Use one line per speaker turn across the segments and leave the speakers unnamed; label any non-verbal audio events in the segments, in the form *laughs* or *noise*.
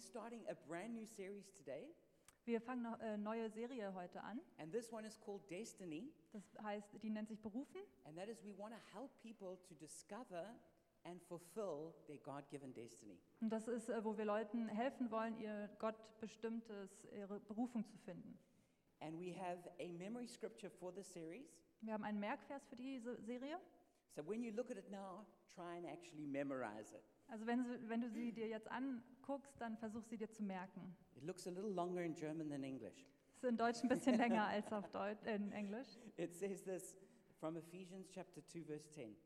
starting a brand new series today,
Wir fangen noch äh, neue Serie heute an.
and this one is called Destiny.
Das heißt, die nennt sich Berufen.
And that is, we want to help people to discover and fulfill their God given destiny.
Und das ist, äh, wo wir Leuten helfen wollen, ihr Gott bestimmtes, ihre Berufung zu finden.
And we have a memory scripture for the series.
Wir haben einen Merkvers für diese Serie.
So when you look at it now, try and actually memorize it.
Also wenn, sie, wenn du sie dir jetzt anguckst, dann versuch sie dir zu merken.
It looks a little longer in German than English.
Ist in Deutsch ein bisschen *laughs* länger als auf Deut äh, in Englisch.
It says this from Ephesians chapter 2 verse 10.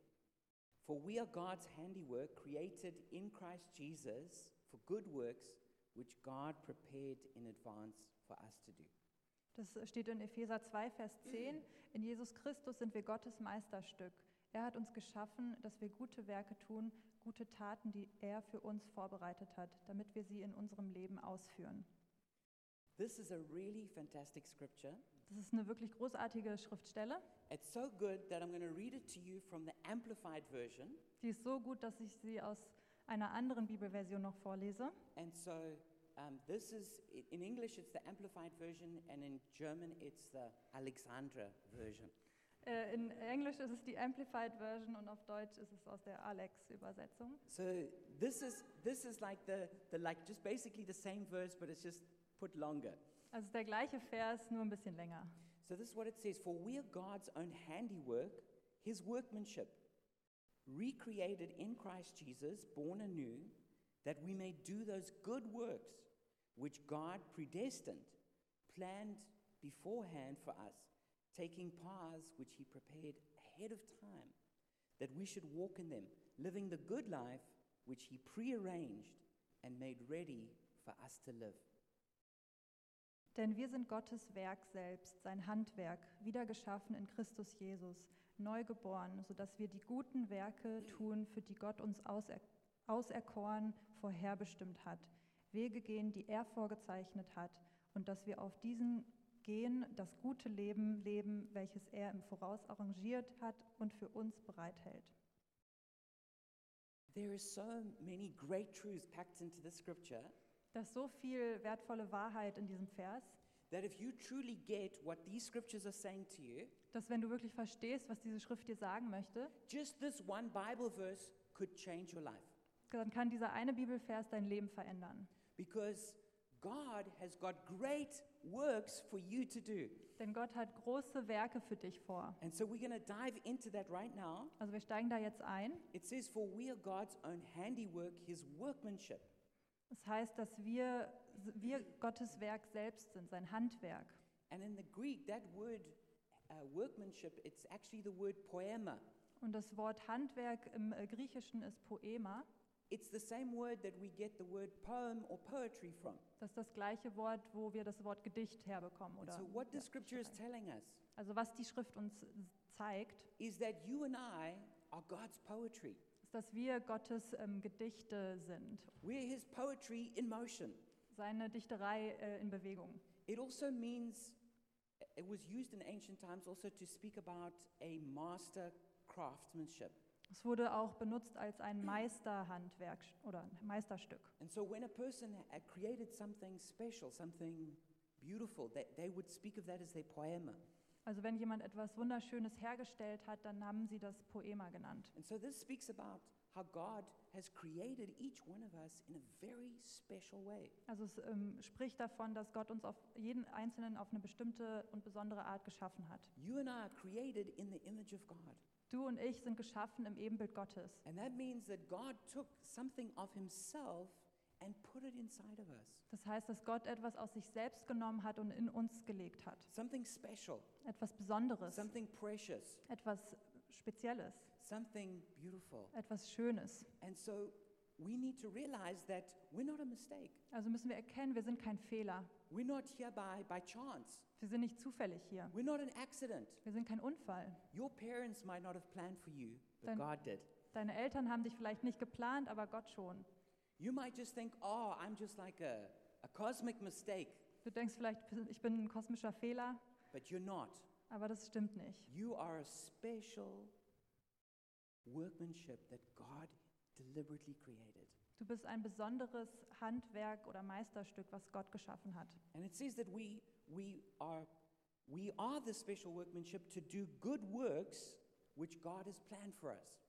For we are God's handiwork created in Christ Jesus for good works which God prepared in advance for us to do.
Das steht in Epheser 2, Vers 10. In Jesus Christus sind wir Gottes Meisterstück. Er hat uns geschaffen, dass wir gute Werke tun, gute Taten, die er für uns vorbereitet hat, damit wir sie in unserem Leben ausführen.
This is a really fantastic scripture.
Das ist eine wirklich großartige Schriftstelle.
It's so good that I'm going to read it to you from the amplified version.
Die ist so gut, dass ich sie aus einer anderen Bibelversion noch vorlese.
And so um, this is in English it's the amplified version and in German it's the Alexandra version.
Äh, In Englisch ist es die Amplified Version und auf Deutsch ist es aus der Alex-Übersetzung.
So this is this is like the, the like just basically the same verse, but it's just put longer.
Also der gleiche Vers, nur ein bisschen länger.
So this is what it says: For we are God's own handiwork, His workmanship, recreated in Christ Jesus, born anew, that we may do those good works which God predestined, planned beforehand for us, taking paths which He prepared ahead of time, that we should walk in them, living the good life which He prearranged and made ready for us to live.
Denn wir sind Gottes Werk selbst, sein Handwerk, wiedergeschaffen in Christus Jesus, neu geboren, sodass wir die guten Werke tun, für die Gott uns auser auserkoren, vorherbestimmt hat, Wege gehen, die er vorgezeichnet hat, und dass wir auf diesen gehen, das gute Leben leben, welches er im Voraus arrangiert hat und für uns bereithält.
There are so many great truths packed into this scripture
Da ist so viel wertvolle Wahrheit in diesem Vers,
that if you truly get what these scriptures are saying to you,
dass wenn du wirklich verstehst, was diese Schrift dir sagen möchte,
just this one Bible verse could change your life.
dann kann dieser eine Bibelvers dein Leben verändern.
Because God has got great works for you to do.
Denn Gott hat große Werke für dich vor.
And so we're going to dive into that right now.
Also wir steigen da jetzt ein.
It says, For we are God's own handiwork, his workmanship.
Das heißt, dass wir, wir Gottes Werk selbst sind, sein Handwerk.
And in the Greek, that word uh, workmanship, it's actually the word poema.
Und das Wort Handwerk im äh, Griechischen ist Poema.
It's the same word that we get the word poem or poetry from.
Das ist das gleiche Wort, wo wir das Wort Gedicht herbekommen.
And
Oder
so, what the
Ja,
scripture is
Schreiben.
telling us
also was die Schrift uns zeigt,
is that you and I are God's poetry.
ist, dass wir Gottes ähm, Gedichte sind.
We're his poetry in motion.
Seine Dichterei äh, in Bewegung.
It also means, it was used in ancient times also to speak about a master craftsmanship.
Es wurde auch benutzt als ein Meisterhandwerk oder ein Meisterstück.
And so when a person had created something special, something beautiful, they, they would speak of that as their poema.
Also wenn jemand etwas Wunderschönes hergestellt hat, dann haben sie das Poema genannt.
And so this speaks about how God has created each one of us in a very special way.
Also es ähm, spricht davon, dass Gott uns auf jeden Einzelnen auf eine bestimmte und besondere Art geschaffen hat.
You and I are created in the image of God.
Du und ich sind geschaffen im Ebenbild Gottes.
And that means that God took something of himself and put it inside of us.
Das heißt, dass Gott etwas aus sich selbst genommen hat und in uns gelegt hat.
Something special,
Etwas Besonderes,
something precious,
etwas Spezielles,
something beautiful.
etwas Schönes.
And so we need to realize that we're not a mistake.
Also müssen wir erkennen, wir sind kein Fehler.
We're not here by, by chance.
Wir sind nicht zufällig hier.
We're not an accident.
Wir sind kein Unfall.
Your parents might not have planned for you, but
Then-
God did.
Deine Eltern haben dich vielleicht nicht geplant, aber Gott schon.
You might just think, oh, I'm just like a, a cosmic mistake,
Du denkst vielleicht, ich bin ein kosmischer Fehler,
but you're not.
aber das stimmt nicht.
You are a special workmanship that God deliberately created.
Du bist ein besonderes Handwerk oder Meisterstück, was Gott geschaffen hat.
And it says that we, we, are, we are the special workmanship to do good works which God has planned for us.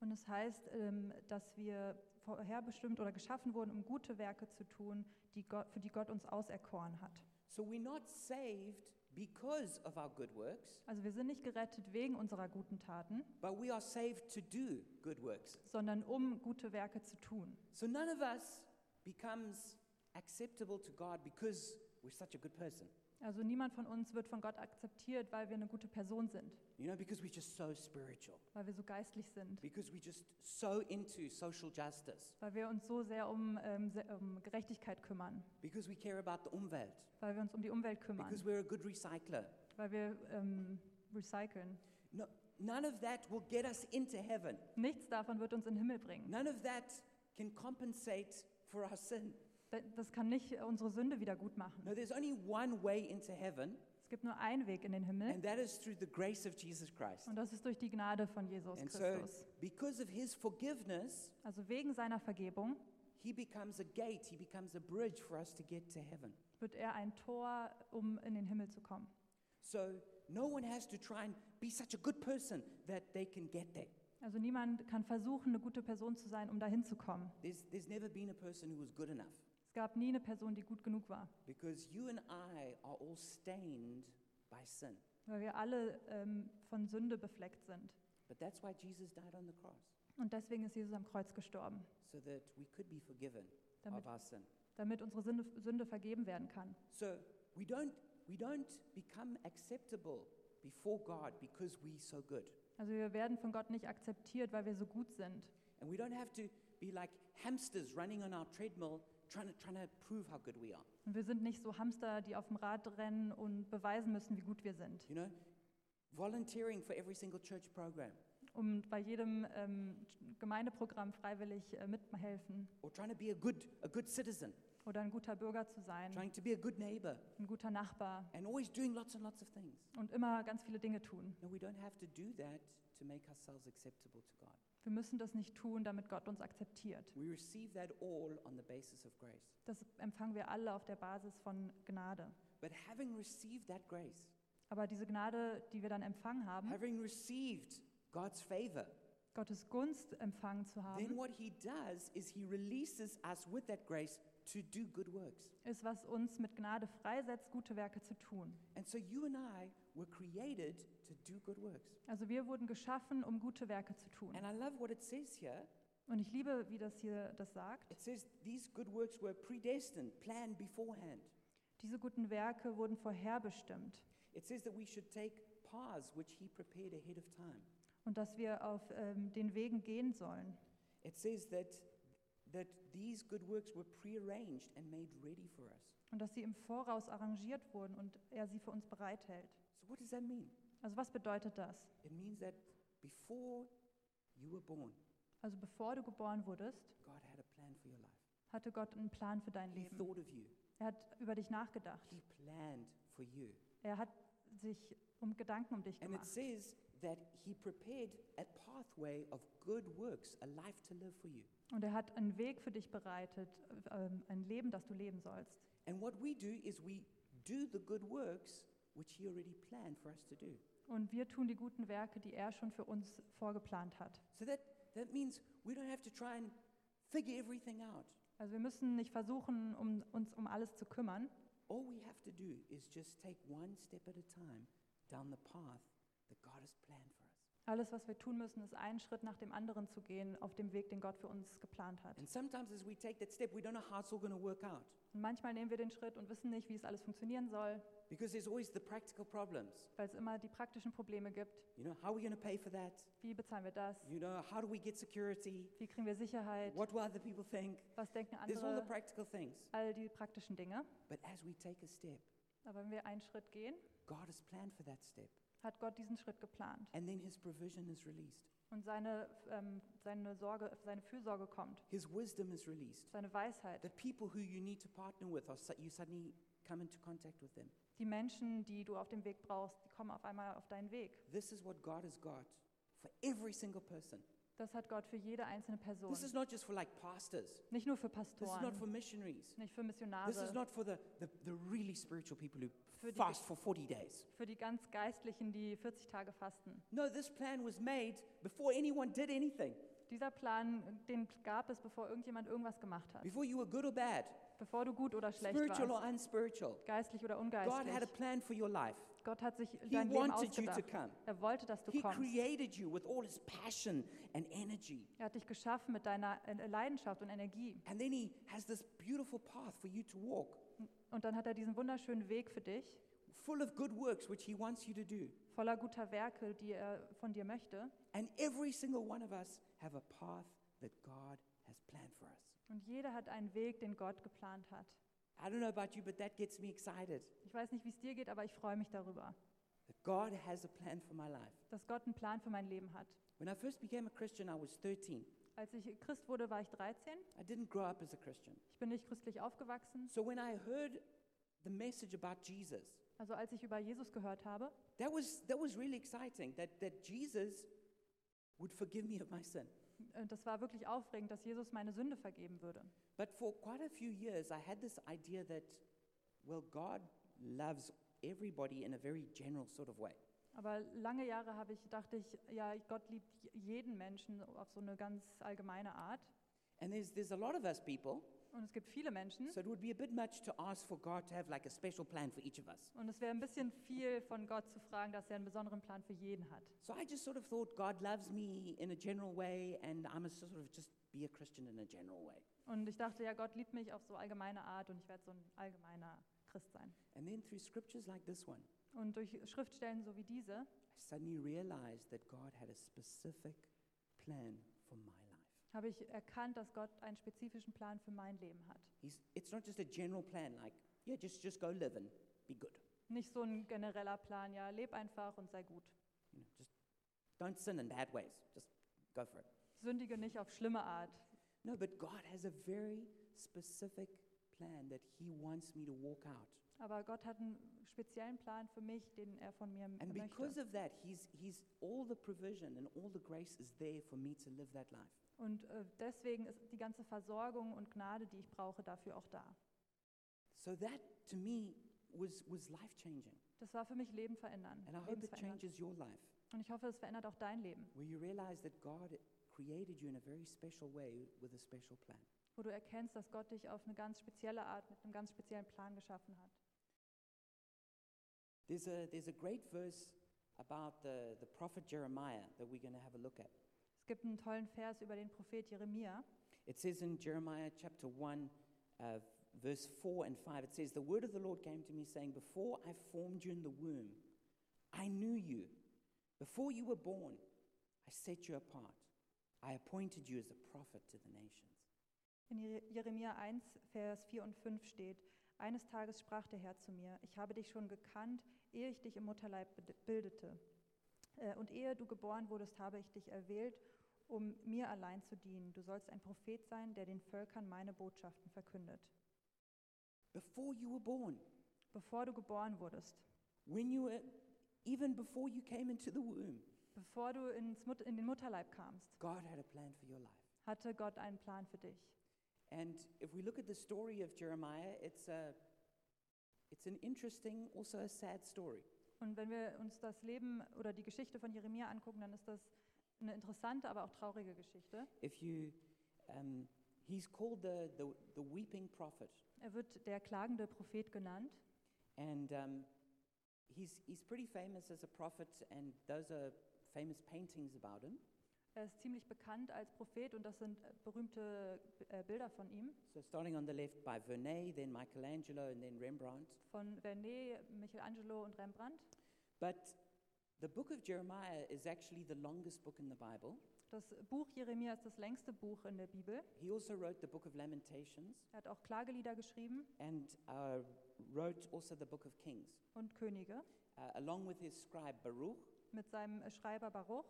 Und es heißt, ähm, dass wir vorherbestimmt oder geschaffen wurden, um gute Werke zu tun, die Gott, für die Gott uns auserkoren hat.
So we're not saved because of our good works,
Also wir sind nicht gerettet wegen unserer guten Taten,
but we are saved to do good works.
sondern um gute Werke zu tun.
So none of us becomes acceptable to God because we're such a good person.
Also niemand von uns wird von Gott akzeptiert, weil wir eine gute Person sind,
You know, because we're just so spiritual,
weil wir so geistlich sind,
because we're just so into social justice,
weil wir uns so sehr um, ähm, se- um Gerechtigkeit kümmern,
because we care about the Umwelt,
weil wir uns um die Umwelt kümmern,
because we're a good recycler.
weil wir ähm, recyceln.
No, none of that will get us into heaven.
Nichts davon wird uns in den Himmel bringen.
None of that can compensate for our sin.
Da- Das kann nicht äh, unsere Sünde wieder gut machen.
No, there's only one way into heaven,
Es gibt nur einen Weg in den Himmel
and that is through the grace of Jesus Christ.
und das ist durch die Gnade von Jesus
And so,
Christus.
because of his forgiveness,
Also wegen seiner Vergebung
he becomes a gate, he becomes a bridge for us to get to heaven.
wird er ein Tor, um in den Himmel zu kommen.
So no one has to try and be such a good person that they can get there.
Also niemand kann versuchen, eine gute Person zu sein, um dahin zu kommen.
There's, there's never been a person who was good enough
Es gab nie eine Person, die gut genug war,
because you and I are all stained by sin.
weil wir alle ähm, von Sünde befleckt sind.
But that's why Jesus died on the cross,
Und deswegen ist Jesus am Kreuz gestorben,
so that we could be forgiven
damit,
of our sin.
damit unsere Sünde, Sünde vergeben werden kann.
So we don't, we don't become acceptable before God because we're so good.
Also wir werden von Gott nicht akzeptiert, weil wir so gut sind.
And we don't have to be like hamsters running on our treadmill trying to, trying to prove how good we are.
Und wir sind nicht so Hamster, die auf dem Rad rennen und beweisen müssen, wie gut wir sind,
You know, volunteering for every single church program
um bei jedem ähm, Gemeindeprogramm freiwillig äh, mithelfen
or trying to be a good, a good citizen,
oder ein guter Bürger zu sein,
trying to be a good neighbor,
ein guter Nachbar
and always doing lots and lots of things.
und immer ganz viele Dinge tun.
No, we don't have to do that to make ourselves acceptable to God.
Wir müssen das nicht tun, damit Gott uns akzeptiert.
We receive that all on the basis of grace.
Das empfangen wir alle auf der Basis von Gnade.
But having received that grace,
Aber diese Gnade, die wir dann empfangen haben,
having received God's favor,
Gottes Gunst empfangen zu
then
haben,
what He does is He releases us with that grace to do good works.
ist, was uns mit Gnade freisetzt, gute Werke zu tun.
And so you and I were created to do good works.
Also wir wurden geschaffen, um gute Werke zu tun.
And I love what it says here.
Und ich liebe, wie das hier das sagt.
It says these good works were predestined, planned beforehand.
Diese guten Werke wurden vorherbestimmt
It says that we should take paths which he prepared ahead of time.
und dass wir auf ähm, den Wegen gehen sollen.
It says that that these good works were prearranged and made ready for us.
Und dass sie im Voraus arrangiert wurden und er sie für uns bereithält.
So what does that mean?
Also was bedeutet das?
It means that before you were born,
Also bevor du geboren wurdest,
God had a plan for your life.
hatte Gott einen Plan für dein
He
Leben.
thought of you.
Er hat über dich nachgedacht.
He planned for you.
Er hat sich um Gedanken um dich
And it
gemacht.
says that he prepared a pathway of good works, a life to live for you.
Und er hat einen Weg für dich bereitet, ähm, ein Leben, das du leben sollst.
And what we do is we do the good works which he already planned for us to do.
Und wir tun die guten Werke, die er schon für uns vorgeplant hat.
So that, that means we don't have to try and figure everything out.
Also wir müssen nicht versuchen, um, uns um alles zu kümmern,
All we have to do is just take one step at a time down the path that God has planned for us.
Alles, was wir tun müssen, ist einen Schritt nach dem anderen zu gehen auf dem Weg, den Gott für uns geplant hat.
And sometimes as we take that step, we don't know how it's all going to work out
Und manchmal nehmen wir den Schritt und wissen nicht, wie es alles funktionieren soll,
because there's always the practical problems.
weil es immer die praktischen Probleme gibt.
You know, how are we going to pay for that?
Wie bezahlen wir das?
You know, how do we get security?
Wie kriegen wir Sicherheit?
What will other people think?
Was denken
There's all the
andere?
practical things.
All die praktischen Dinge.
But as we take a step,
Aber wenn wir einen Schritt gehen,
God has planned for that step.
hat Gott diesen Schritt geplant.
And then his provision is released.
Und seine, ähm, seine Sorge, seine Fürsorge kommt.
His wisdom is released.
Seine Weisheit.
The people who you need to partner with, are su- you suddenly come into contact with them.
Die Menschen, die du auf dem Weg brauchst, die kommen auf einmal auf deinen Weg.
This is what God has got for every single person.
Das hat Gott für jede einzelne Person.
This is not just for like pastors.
Nicht nur für
This is not for
Pastoren,
missionaries.
nicht für
This is
Missionare,
not for the, the, the really spiritual people who
Für die-
fast for 40 days.
für die ganz Geistlichen, die 40 Tage fasten.
No, this plan was made before anyone did anything,
Dieser Plan, den gab es, bevor irgendjemand irgendwas gemacht hat.
before you were good or bad,
Bevor du gut oder schlecht
spiritual
warst,
or unspiritual.
geistlich oder
God had a
ungeistlich.
plan for your life.
Gott hat sich
He
dein Leben
wanted you to
ausgedacht.
come.
Er wollte, dass du
He
kommst.
created you with all his passion and energy.
Er hat dich geschaffen mit deiner äh, Leidenschaft und Energie.
And then he has this beautiful path for you to walk,
Und dann hat er diesen wunderschönen Weg für dich,
full of good works which he wants you to do.
voller guter Werke, die er von dir möchte.
And every single one of us have a path that God has planned for us.
Und jeder hat einen Weg, den Gott geplant hat.
I don't know about you, but that gets me excited.
Ich weiß nicht, wie es dir geht, aber ich freue mich darüber,
That God has a plan for my life.
dass Gott einen Plan für mein Leben hat.
When I first became a Christian, I was 13.
Als ich Christ wurde, war ich 13.
I didn't grow up as a Christian.
Ich bin nicht christlich aufgewachsen.
So when I heard the message about Jesus,
Also als ich über Jesus gehört habe,
that was, that was really exciting that, that Jesus would forgive me of my sin.
äh, das war wirklich aufregend, dass Jesus meine Sünde vergeben würde.
But for quite a few years, I had this idea that, well, God loves everybody in a very general sort of way.
Aber lange Jahre habe ich dachte ich, ja, Gott liebt j- jeden Menschen auf so eine ganz allgemeine Art.
And there's, there's a lot of us people,
Und es gibt viele Menschen.
so it would be a bit much to ask for God to have like a special plan for each of us.
Und es wäre ein bisschen viel von Gott zu fragen, dass er einen besonderen Plan für jeden hat.
So I just sort of thought God loves me in a general way, and I must sort of just be a Christian in a general way.
Und ich dachte, ja, Gott liebt mich auf so allgemeine Art und ich werde so ein allgemeiner Christ sein.
And then through scriptures like this one,
Und durch Schriftstellen so wie diese
I suddenly realized that God had a specific plan for my life.
habe ich erkannt, dass Gott einen spezifischen Plan für mein Leben hat.
He's, it's not just a general plan, like, yeah, just, just go live and be good.
Nicht so ein genereller Plan, ja, leb einfach und sei gut.
You know, just don't sin in bad ways. Just go for it.
Sündige nicht auf schlimme Art.
No, but God has a very specific plan that He wants me to walk out.
Aber Gott hat einen speziellen Plan für mich, den er von mir
And because
möchte.
of that, he's, he's all the provision and all the grace is there for me to live that life.
Und äh, deswegen ist die ganze Versorgung und Gnade, die ich brauche, dafür auch da.
So that to me was, was life changing.
Das war für mich Leben verändern.
And I hope it
lebensverändernd.
changes your life,
Und ich hoffe, es verändert auch dein Leben,
where you realize that God created you in a very special way with a special plan.
wo du erkennst, dass Gott dich auf eine ganz spezielle Art mit einem ganz speziellen Plan geschaffen hat.
There's a, there's a great verse about the, the prophet Jeremiah that we're going to have a look at.
Es gibt einen tollen Vers über den Prophet Jeremia.
It says in Jeremiah chapter 1, uh, verse 4 and 5, it says, The word of the Lord came to me, saying, Before I formed you in the womb, I knew you. Before you were born, I set you apart. I appointed you as a prophet to the nations.
In Jere- Jeremia 1, Vers 4 und 5 steht, eines Tages sprach der Herr zu mir, ich habe dich schon gekannt, ehe ich dich im Mutterleib bed- bildete. Äh, Und ehe du geboren wurdest, habe ich dich erwählt, um mir allein zu dienen. Du sollst ein Prophet sein, der den Völkern meine Botschaften verkündet.
Before you were born,
Bevor du geboren wurdest,
when you were, even before you came into the womb,
bevor du ins Mut in den Mutterleib kamst,
God had a plan for your life.
hatte Gott einen Plan für dich.
And if we look at the story of Jeremiah, it's, a, it's an interesting, also a sad story.
Und wenn wir uns das Leben oder die Geschichte von Jeremia angucken, dann ist das eine interessante, aber auch traurige Geschichte.
If you, um, he's called the, the, the weeping prophet,
Er wird der klagende Prophet genannt.
and um, he's, he's pretty famous as a prophet, and those are famous paintings about him.
Er ist ziemlich bekannt als Prophet und das sind äh, berühmte äh, Bilder von ihm,
So starting on the left by Vernet, then Michelangelo, and then Rembrandt.
von Vernet, Michelangelo und Rembrandt.
But the book of Jeremiah is actually the longest book in the Bible.
Das Buch Jeremia ist das längste Buch in der Bibel.
He also wrote the book of Lamentations
Er hat auch Klagelieder geschrieben
and uh, wrote also the book of Kings,
und Könige
uh, along with his scribe Baruch.
mit seinem äh, Schreiber Baruch.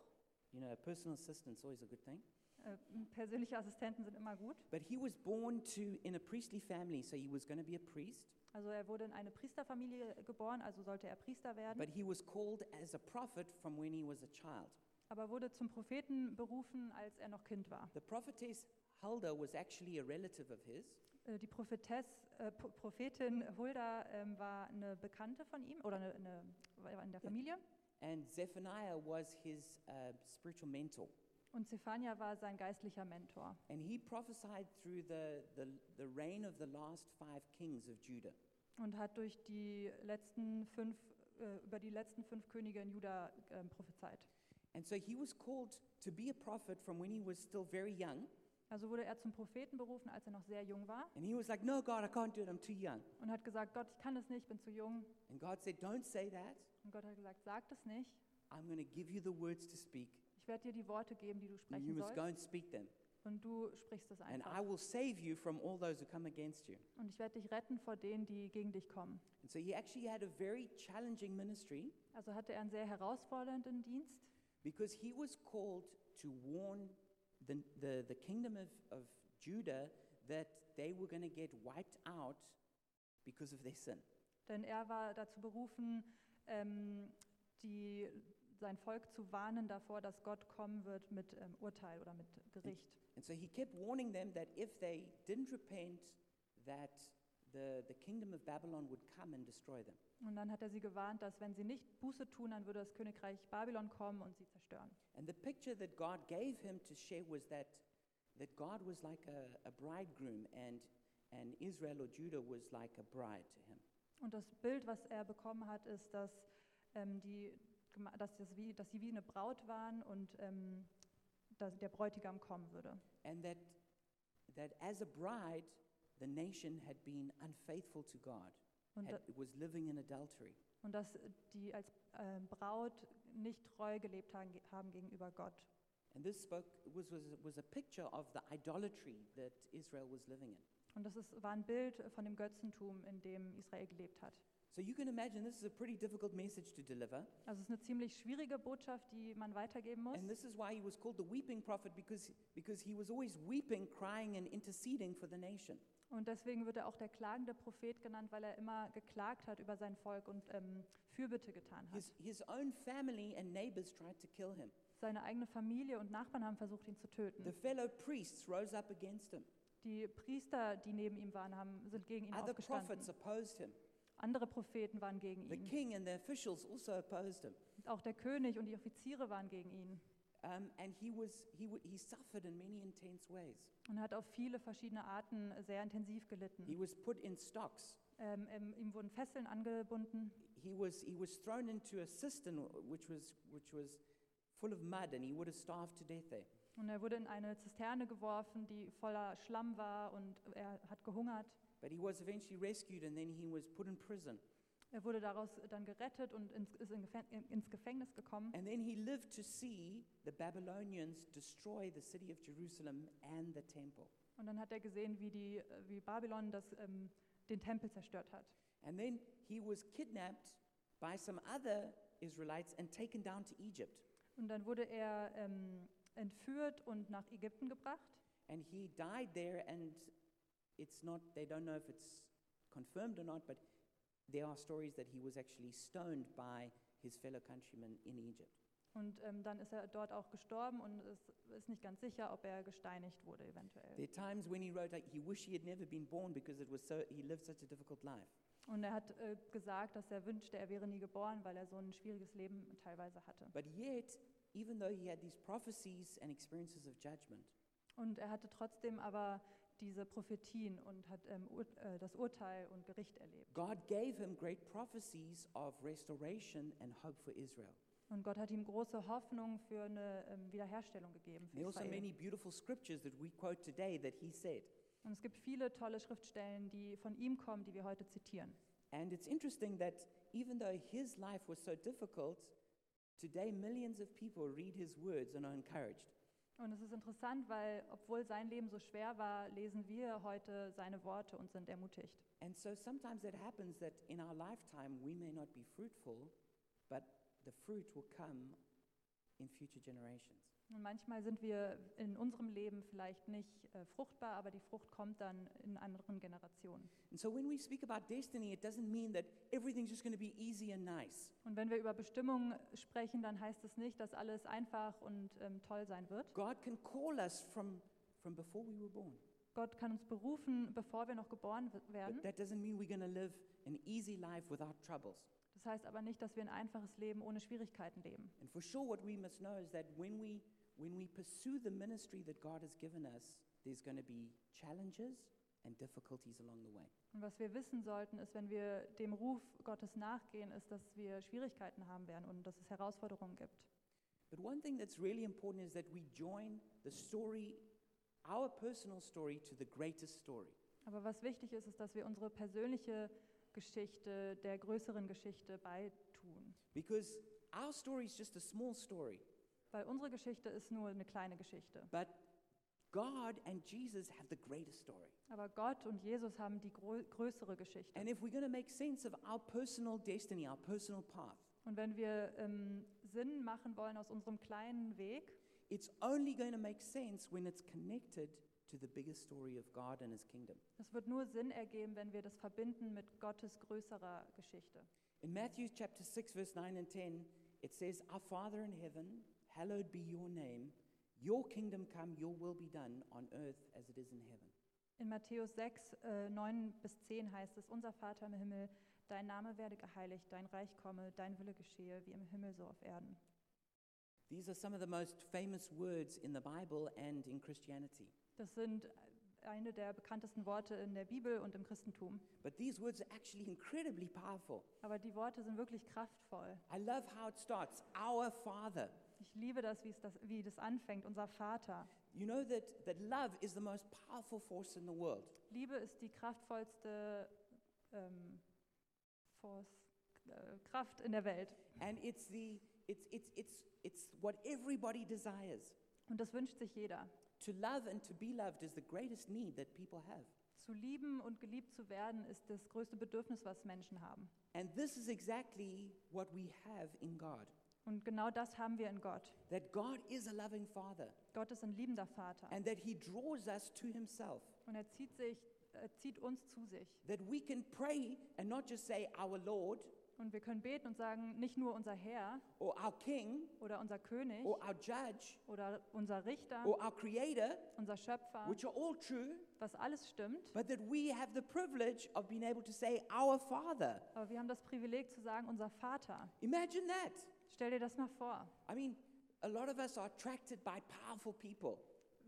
You know, a personal assistant's always a good thing.
Äh, Persönliche Assistenten sind immer gut.
But he was born to in a priestly family, so he was going to be a priest.
Also er wurde in eine Priesterfamilie geboren, also sollte er Priester werden.
But he was called as a prophet from when he was a child.
aber wurde zum Propheten berufen, als er noch Kind war.
The prophetess Huldah was actually a relative of his.
Äh, Die Prophetess, äh, Pro- Prophetin Hulda ähm, war eine Bekannte von ihm oder eine, eine, war in der Familie.
And Zephaniah was his uh, spiritual mentor.
Und Zephania war sein geistlicher Mentor.
And he prophesied through the, the, the reign of the last five kings of Judah.
und hat durch die letzten fünf, äh, über die letzten fünf Könige in Juda ähm, prophezeit.
And so he was called to be a prophet from when he was still very young.
Also wurde er zum Propheten berufen, als er noch sehr jung war
And he was like, No, God, I can't do it. I'm too young.
und hat gesagt, Gott, ich kann das nicht, ich bin zu jung.
And God said, Don't say that.
Und Gott hat gesagt, sag das nicht.
I'm going to give you the words to speak.
Ich werde dir die Worte geben, die du
And you
sprechen
must go
sollst
and speak them.
und du sprichst es
And I
einfach.
will save you from all those who come against you.
Und ich werde dich retten vor denen, die gegen dich kommen.
And so he actually had a very challenging ministry
Also hatte er einen sehr herausfordernden Dienst,
because he was called to warn the, the, the kingdom of, of Judah that they were going to get wiped out because of their sin.
denn er war dazu berufen, ähm, die, sein Volk zu warnen davor, dass Gott kommen wird mit ähm, Urteil oder mit Gericht.
And so he kept warning them that if they didn't repent, that the, the kingdom of Babylon would come and destroy them.
Und dann hat er sie gewarnt, dass wenn sie nicht Buße tun, dann würde das Königreich Babylon kommen und sie zerstören.
And the picture that God gave him to share was that, that God was like a, a bridegroom and, and Israel or Judah was like a bride to him.
Und das Bild, was er bekommen hat, ist, dass, ähm, die, Gema- dass, das wie, dass sie wie eine Braut waren und ähm, dass der Bräutigam kommen würde.
And that, that as a bride, the nation had been unfaithful to God,
Und,
had,
da,
was living in adultery.
und dass die als ähm, Braut nicht treu gelebt haben, ge- haben gegenüber Gott.
And this spoke, was, was, was a picture of the idolatry that Israel was living in.
Und das ist, war ein Bild von dem Götzentum, in dem Israel gelebt hat.
So you can imagine this is a pretty difficult message to deliver.
Also es ist eine ziemlich schwierige Botschaft, die man weitergeben muss.
And this is why he was called the weeping prophet because, because he was always weeping, crying, and interceding for the nation.
Und deswegen wird er auch der klagende Prophet genannt, weil er immer geklagt hat über sein Volk und ähm, Fürbitte getan hat.
His, his own family and neighbors tried to kill him.
Seine eigene Familie und Nachbarn haben versucht, ihn zu
The
töten.
fellow priests rose up against him.
Die Priester, die neben ihm waren, haben, sind gegen ihn
Other
aufgestanden.
prophets opposed him.
Andere Propheten waren gegen
The
ihn.
king and the officials also opposed him.
Auch der König und die Offiziere waren gegen ihn.
Um, and he, was, he, w- he suffered in many intense ways.
Und er hat auf viele verschiedene Arten sehr intensiv
He
gelitten.
was put in stocks.
Ähm, ähm, ihm wurden Fesseln angebunden.
He was, he was thrown into a cistern which was, which was full of mud, and he would have starved to death there.
Und er wurde in eine Zisterne geworfen, die voller Schlamm war und er hat gehungert.
But he was eventually rescued, and then he was put in prison.
Er wurde daraus dann gerettet und ins, ist in Gefäng in- ins Gefängnis gekommen.
And then he lived to see the Babylonians destroy the city of Jerusalem and the temple.
Und dann hat er gesehen, wie, die, äh, wie Babylon das, ähm, den Tempel zerstört hat.
And then he was kidnapped by some other Israelites and taken down to Egypt.
Und dann wurde er ähm, entführt und nach Ägypten gebracht.
And he died there, and it's not, they don't know if it's confirmed or not, but there are stories that he was actually stoned by his fellow countrymen in Egypt.
Und ähm, dann ist er dort auch gestorben und es ist nicht ganz sicher, ob er gesteinigt wurde eventuell.
There are times when he wrote, like, he wished he had never been born because it was so, he lived such a difficult life.
Und er hat äh, gesagt, dass er wünschte, er wäre nie geboren, weil er so ein schwieriges Leben teilweise hatte.
But yet, even though he had these prophecies and experiences of judgment,
Und er hatte trotzdem aber diese Prophetien und hat ähm, Ur äh, das Urteil und Gericht erlebt.
God gave him great prophecies of restoration and hope for Israel.
Und Gott hat ihm große Hoffnung für eine ähm, Wiederherstellung gegeben. Für
There are also
Israel.
many beautiful scriptures that we quote today that he said.
Und es gibt viele tolle Schriftstellen, die von ihm kommen, die wir heute zitieren.
And it's interesting that even though his life was so difficult, today millions of people read his words and are encouraged.
Und es ist interessant, weil obwohl sein Leben so schwer war, lesen wir heute seine Worte und sind ermutigt.
And so sometimes it happens that in our lifetime we may not be fruitful, but the fruit will come in future generations.
Und manchmal sind wir in unserem Leben vielleicht nicht äh, fruchtbar, aber die Frucht kommt dann in anderen Generationen.
And so when we speak about destiny, it doesn't mean that everything's just going to be easy and nice.
Und wenn wir über Bestimmung sprechen, dann heißt es nicht, dass alles einfach und ähm, toll sein wird.
God can call us from, from before we were born.
Gott kann uns berufen, bevor wir noch geboren w- werden.
But that doesn't mean we're going to live an easy life without troubles.
Das heißt aber nicht, dass wir ein einfaches Leben ohne Schwierigkeiten leben.
And for sure, what we must know is that when we, when we pursue the ministry that God has given us, there's going to be challenges and difficulties along the way.
Und was wir wissen sollten, ist, wenn wir dem Ruf Gottes nachgehen, ist, dass wir Schwierigkeiten haben werden und dass es Herausforderungen gibt.
But one thing that's really important is that we join the story, our personal story, to the greatest story.
Aber was wichtig ist, ist, dass wir unsere persönliche Geschichte der größeren Geschichte beitun.
Because our story is just a small story,
Weil unsere Geschichte ist nur eine kleine Geschichte.
but God and Jesus have the greatest story.
Aber Gott und Jesus haben die grö größere Geschichte.
And if we're going to make sense of our personal destiny, our personal path,
Und wenn wir ähm, Sinn machen wollen aus unserem kleinen Weg,
it's only going to make sense when it's connected to the bigger story of God and His kingdom.
das wird nur Sinn ergeben, wenn wir das verbinden mit Gottes größerer Geschichte.
In Matthew chapter 6, verse 9 and 10, it says, Our Father in heaven, hallowed be your name. Your kingdom come, your will be done on earth as it is in heaven.
In Matthäus 6, äh, 9 bis 10 heißt es, unser Vater im Himmel, dein Name werde geheiligt, dein Reich komme, dein Wille geschehe, wie im Himmel so auf Erden.
These are some of the most famous words in the Bible and in Christianity.
Das sind äh, eine der bekanntesten Worte in der Bibel und im Christentum.
But these words are actually incredibly powerful.
Aber die Worte sind wirklich kraftvoll.
I love how it starts Our Father.
Ich liebe das, wie, es das, wie das anfängt, unser Vater.
You know that, that love is the most powerful force in the world.
Liebe ist die kraftvollste ähm, Force, äh, Kraft in der Welt.
And it's, the, it's, it's, it's, it's what everybody desires.
Und das wünscht sich jeder.
To love and to be loved is the greatest need that people have.
Zu lieben und geliebt zu werden ist das größte Bedürfnis, was Menschen haben.
And this is exactly what we have in God.
Und genau das haben wir in Gott.
That God is a loving Father
Gott ist ein liebender Vater.
and that He draws us to Himself.
Und er zieht, sich, er zieht uns zu sich.
That we can pray and not just say, Our Lord
Und wir können beten und sagen, nicht nur unser Herr
or Our King
oder unser König
or Our Judge
oder unser Richter,
or Our Creator,
unser Schöpfer,
oh, which are all true,
was alles stimmt.
but that we have the privilege of being able to say, Our Father.
Aber wir haben das Privileg zu sagen, unser Vater.
Imagine that.
Stell dir das mal vor.
I mean, a lot of us are attracted by powerful people.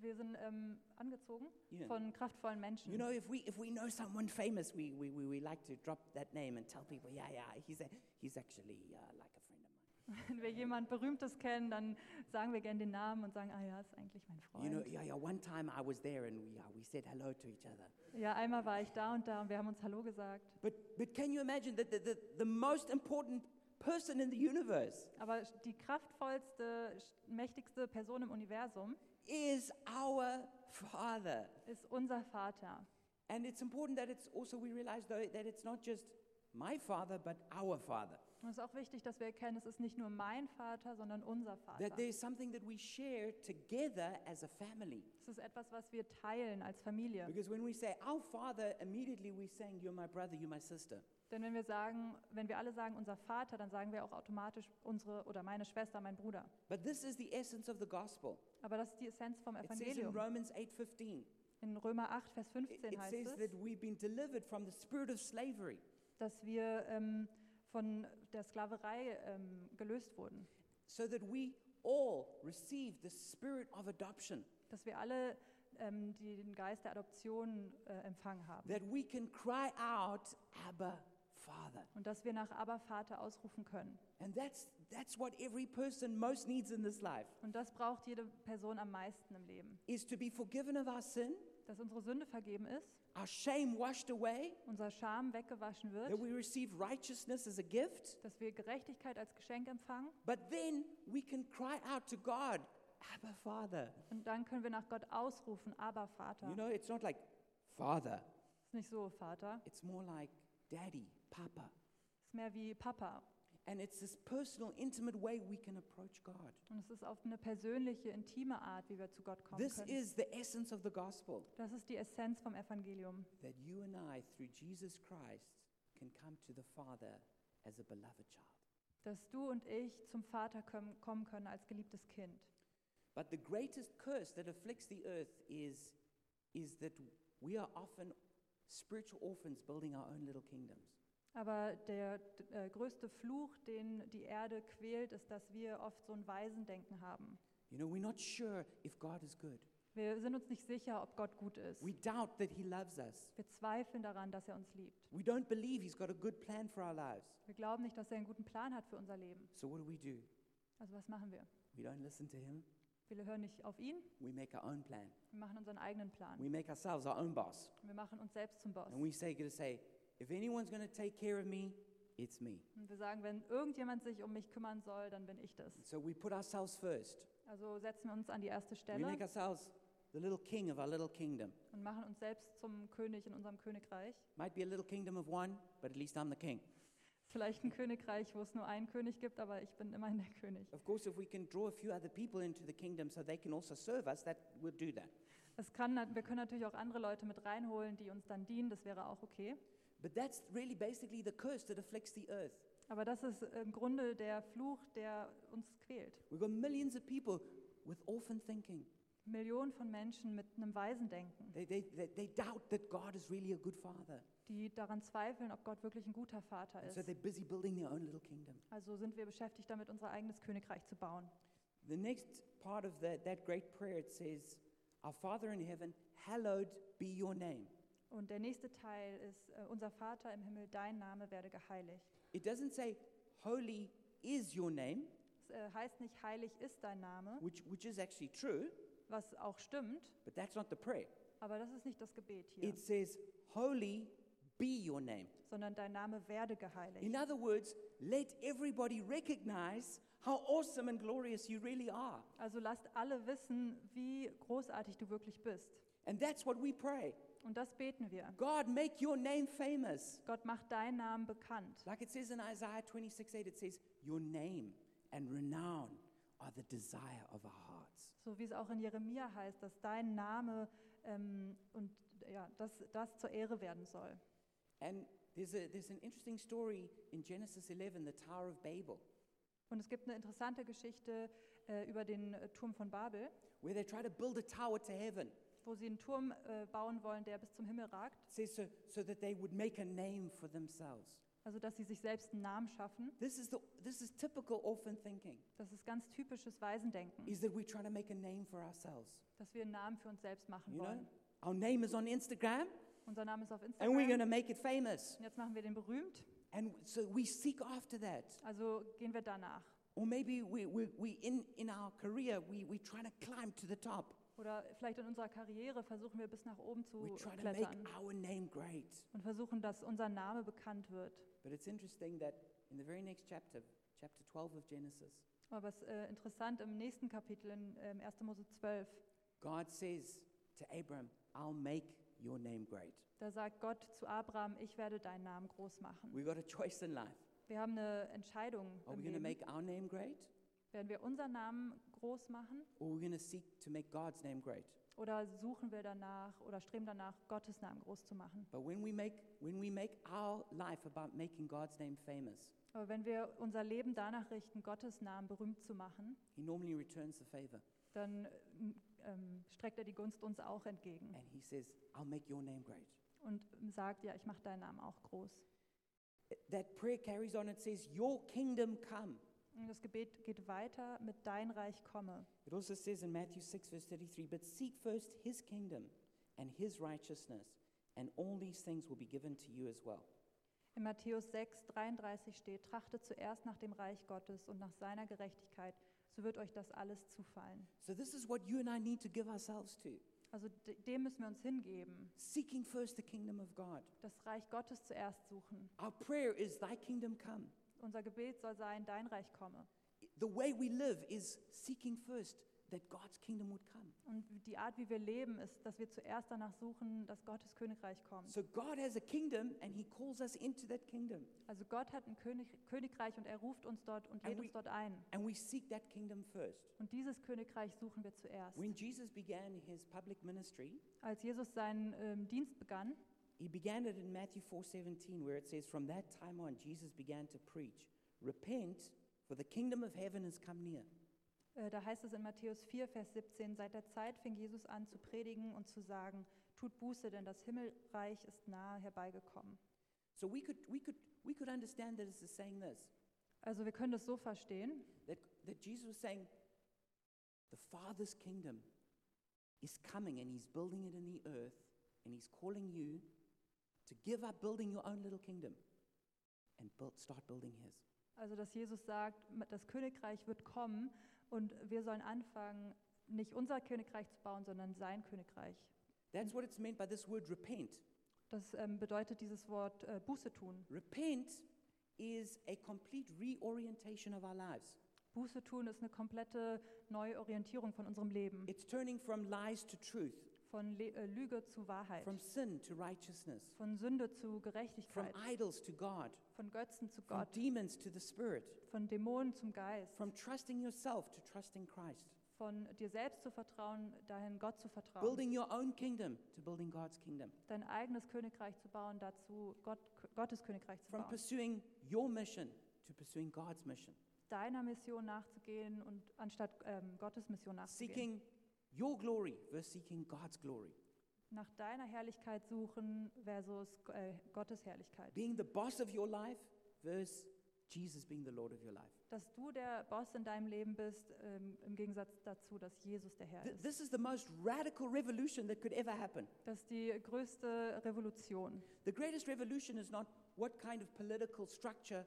Wir sind ähm, angezogen
Yeah.
von kraftvollen Menschen.
You know, if we if we know someone famous, we we, we, we like to drop that name and tell people, yeah, yeah, he's a, he's actually uh, like a friend of mine.
Wenn wir jemand Berühmtes kennen, dann sagen wir gerne den Namen und sagen, ah ja, ist eigentlich mein Freund.
You know, yeah, yeah. One time I was there and we uh, we said hello to each other.
ja, einmal war ich da und da und wir haben uns Hallo gesagt.
But but can you imagine that the, the, the most important person in the universe
Aber die kraftvollste, sch- mächtigste Person im Universum
is our Father,
ist unser Vater.
and it's important that it's also we realize though that it's not just my Father but our Father.
Und es ist auch wichtig, dass wir erkennen, es ist nicht nur mein Vater, sondern unser Vater.
That there's something that we share together as a family.
Es ist etwas, was wir teilen als Familie.
Because when we say our Father, immediately we're saying, You're my brother, you're my sister.
Denn wenn wir sagen, wenn wir alle sagen unser Vater, dann sagen wir auch automatisch unsere oder meine Schwester, mein Bruder.
But this is the essence of the gospel.
Aber das ist die Essenz vom
It says in
Evangelium.
Romans 8:15.
In Römer 8, Vers
It,
15
it
heißt
says that
es,
we've been delivered from the spirit of slavery.
dass wir ähm, von der Sklaverei ähm, gelöst wurden,
So that we all receive the spirit of adoption.
dass wir alle ähm, die den Geist der Adoption äh, empfangen haben
That we can cry out, Abba, Father.
und dass wir nach Abba Vater ausrufen können.
And that's that's what every person most needs in this life
Und das braucht jede Person am meisten im Leben,
is to be forgiven of our sin,
dass unsere Sünde vergeben ist,
our shame washed away,
unser Scham weggewaschen
that
wird,
we receive righteousness as a gift.
dass wir Gerechtigkeit als Geschenk empfangen
But then we can cry out to God, Abba Father.
und dann können wir nach Gott ausrufen, Abba Vater.
You know, it's not like Father,
ist nicht so, Vater,
it's more like Daddy, Papa.
ist mehr wie Papa.
And it's this personal, intimate way we can approach God.
Und es ist auf eine persönliche, intime Art, wie wir zu Gott kommen
This
können.
is the essence of the gospel
Das ist die Essenz vom Evangelium,
that you and I, through Jesus Christ, can come to the Father as a beloved child.
dass du und ich zum Vater köm- kommen können als geliebtes Kind.
But the greatest curse that afflicts the earth is, is that we are often spiritual orphans building our own little kingdoms.
Aber der d- äh, größte Fluch, den die Erde quält, ist, dass wir oft so ein Waisendenken haben.
You know, we're not sure if God is good.
Wir sind uns nicht sicher, ob Gott gut ist.
We doubt that He loves us.
Wir zweifeln daran, dass er uns liebt.
We don't believe He's got a good plan for our lives.
Wir glauben nicht, dass er einen guten Plan hat für unser Leben.
So, what do we do?
Also was machen wir?
We don't listen to Him.
Wir hören nicht auf ihn,
We make our own plan.
wir machen unseren eigenen Plan.
We make ourselves our own boss.
Wir machen uns selbst zum Boss.
And we say, gonna say, if anyone's going to take care of me, it's me.
Und wir sagen, wenn irgendjemand sich um mich kümmern soll, dann bin ich das.
So we put ourselves first.
Also setzen wir uns an die erste
We
Stelle
make ourselves the little king of our little kingdom.
und machen uns selbst zum König in unserem Königreich.
Might be a little kingdom of one, but at least I'm the king.
Ist vielleicht ein Königreich, wo es nur einen König gibt, aber ich bin immerhin der König.
Of course, if we can draw a few other people into the kingdom so they can also serve us, that we'll do that.
Es kann, nat- wir können natürlich auch andere Leute mit reinholen, die uns dann dienen, das wäre auch okay.
But that's really basically the curse that afflicts the earth.
Aber das ist im Grunde der Fluch, der uns quält.
We've got millions of people with orphan thinking.
Millionen von Menschen mit einem Waisendenken,
They, they, they, they doubt that God is really a good father.
die daran zweifeln, ob Gott wirklich ein guter Vater
And so
ist.
they're busy building their own little kingdom.
Also sind wir beschäftigt damit, unser eigenes Königreich zu bauen.
The next part of that, that great prayer, it says, Our Father in heaven, hallowed be your name.
Und der nächste Teil ist, äh, unser Vater im Himmel, dein Name werde geheiligt.
It doesn't say, Holy is your name,
Es äh, heißt nicht, heilig ist dein Name,
which, which is actually true,
was auch stimmt,
but that's not the prayer.
aber das ist nicht das Gebet hier,
It says, Holy be your name.
sondern dein Name werde
In
geheiligt.
other words, let everybody recognize how awesome and glorious you really are.
Also lasst alle wissen, wie großartig du wirklich bist.
And that's what we pray.
Und das beten wir.
God, make your name famous.
Gott macht deinen Namen bekannt.
Like it says in Isaiah 26 8, it says, Your name and renown are the desire of our hearts.
So wie es auch in Jeremia heißt, dass dein Name ähm, und ja, dass das zur Ehre werden soll.
And there's, a, there's an interesting story in Genesis 11, the Tower of Babel,
Und es gibt eine interessante Geschichte äh, über den äh, Turm von Babel,
where they try to build a tower to heaven.
wo sie einen Turm äh, bauen wollen, der bis zum Himmel ragt,
It says so, so that they would make a name for themselves.
also dass sie sich selbst einen Namen schaffen.
This is, the, this is typical orphan thinking,
Das ist ganz typisches Waisendenken,
is that we're trying to make a name for ourselves.
dass wir einen Namen für uns selbst machen
You know,
wollen.
our name is on Instagram,
Unser Name ist auf
and
Instagram.
we're going
Und
to make it famous.
jetzt machen wir den berühmt,
And so we seek after that.
also gehen wir danach.
Or maybe we, we, we in, in our career, we, we're trying to climb to the top.
Oder vielleicht in unserer Karriere versuchen wir bis nach oben zu
We're trying to make
klettern
our name great.
und versuchen, dass unser Name bekannt wird.
But it's interesting that in the very next chapter, chapter 12 of Genesis,
Aber es ist äh, interessant, im nächsten Kapitel in ähm, 1. Mose 12,
God says to Abram, I'll make your name great.
da sagt Gott zu Abraham, ich werde deinen Namen groß machen.
We've got a choice in life.
Wir haben eine Entscheidung.
Are
Im
we going to
Leben.
make our name great?
Werden wir unseren Namen groß machen
Or are we going to seek to make God's name great?
oder suchen wir danach oder streben danach, Gottes Namen groß zu machen?
But when we make, when we make our life about making God's name famous,
Aber wenn wir unser Leben danach richten, Gottes Namen berühmt zu machen,
He normally returns the favor.
dann äh, ähm, streckt er die Gunst uns auch entgegen
And He says, I'll make your name great.
und sagt, ja, ich mache deinen Namen auch groß.
That prayer carries on. It says, Your kingdom come.
Und das Gebet geht weiter mit dein Reich komme.
It also says in Matthew 6, verse 33, But seek first His kingdom and His righteousness, and all these things will be given to you as well.
In Matthäus 6, 33 steht, trachtet zuerst nach dem Reich Gottes und nach seiner Gerechtigkeit, so wird euch das alles zufallen.
So, this is what you and I need to give ourselves to
Also de- dem müssen wir uns hingeben,
seeking first the kingdom of God.
das Reich Gottes zuerst suchen.
Our prayer is, Thy kingdom come.
Unser Gebet soll sein, dein Reich komme.
The way we live is seeking first that God's kingdom would come.
Und die Art, wie wir leben, ist, dass wir zuerst danach suchen, dass Gottes Königreich kommt.
So God has a kingdom and he calls us into that kingdom
Also Gott hat ein König, Königreich und er ruft uns dort und lädt
And we-
uns dort ein.
and we seek that kingdom first.
Und dieses Königreich suchen wir zuerst.
When Jesus began his public ministry,
Als Jesus seinen ähm, Dienst begann,
he began it in Matthew 4:17 where it says from that time on Jesus began to preach, repent for the kingdom of heaven has come near.
äh, da heißt es in Matthäus 4, Vers 17, seit der Zeit fing Jesus an zu predigen und zu sagen, tut Buße, denn das Himmelreich ist nahe herbeigekommen.
So we could we could we could understand that as saying this
Also wir können das so verstehen,
that that Jesus was saying the Father's kingdom is coming and he's building it in the earth and he's calling you to give up building your own little kingdom and build, start building his.
also dass Jesus sagt, m- das Königreich wird kommen und wir sollen anfangen, nicht unser Königreich zu bauen, sondern sein Königreich.
That's what it's meant by this word repent.
Das ähm, bedeutet dieses Wort äh, Buße tun.
Repent is a complete reorientation of our lives.
Buße tun ist eine komplette Neuorientierung von unserem Leben,
It's turning from lies to truth,
von Le äh, Lüge zu Wahrheit,
from sin to righteousness,
von Sünde zu
from
Gerechtigkeit,
idols to God,
von Götzen zu
from
Gott,
demons to the Spirit,
von Dämonen zum Geist,
from trusting yourself to trusting Christ,
von dir selbst zu vertrauen, dahin Gott zu vertrauen,
building your own kingdom to building God's kingdom,
dein eigenes Königreich zu bauen, dazu Gott, Gottes Königreich zu
from
bauen,
pursuing your mission to pursuing God's mission,
deiner Mission nachzugehen und anstatt ähm, Gottes Mission
seeking
nachzugehen,
your glory versus seeking God's glory,
nach deiner Herrlichkeit suchen versus äh, Gottes Herrlichkeit,
being the boss of your life versus Jesus being the Lord of your life.
dass du der Boss in deinem Leben bist, ähm, im Gegensatz dazu, dass Jesus der Herr
Th-
ist.
this is the most radical revolution that could ever happen.
Das ist die größte Revolution.
The greatest revolution is not what kind of political structure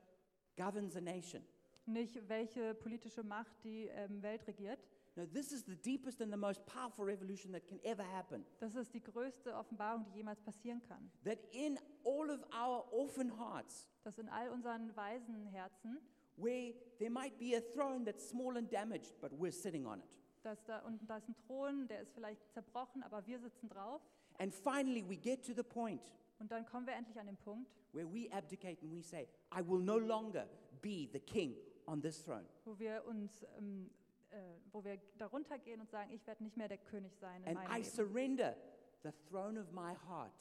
governs a nation.
Nicht welche politische Macht die ähm, Welt regiert.
No, this is the deepest and the most powerful revolution that can ever happen.
Das ist die größte Offenbarung, die jemals passieren kann.
That in all of our orphan hearts,
Dass in all unseren weisen Herzen,
where there might be a throne that's small and damaged, but we're sitting on it.
dass da, und da ist ein Thron, der ist vielleicht zerbrochen, aber wir sitzen drauf.
And finally, we get to the point
Und dann kommen wir endlich an den Punkt,
where we abdicate and we say, I will no longer be the king on this throne.
wo wir uns, ähm, äh, wo wir darunter gehen und sagen, ich werde nicht mehr der König sein in
And I
meinem Leben.
surrender the throne of my heart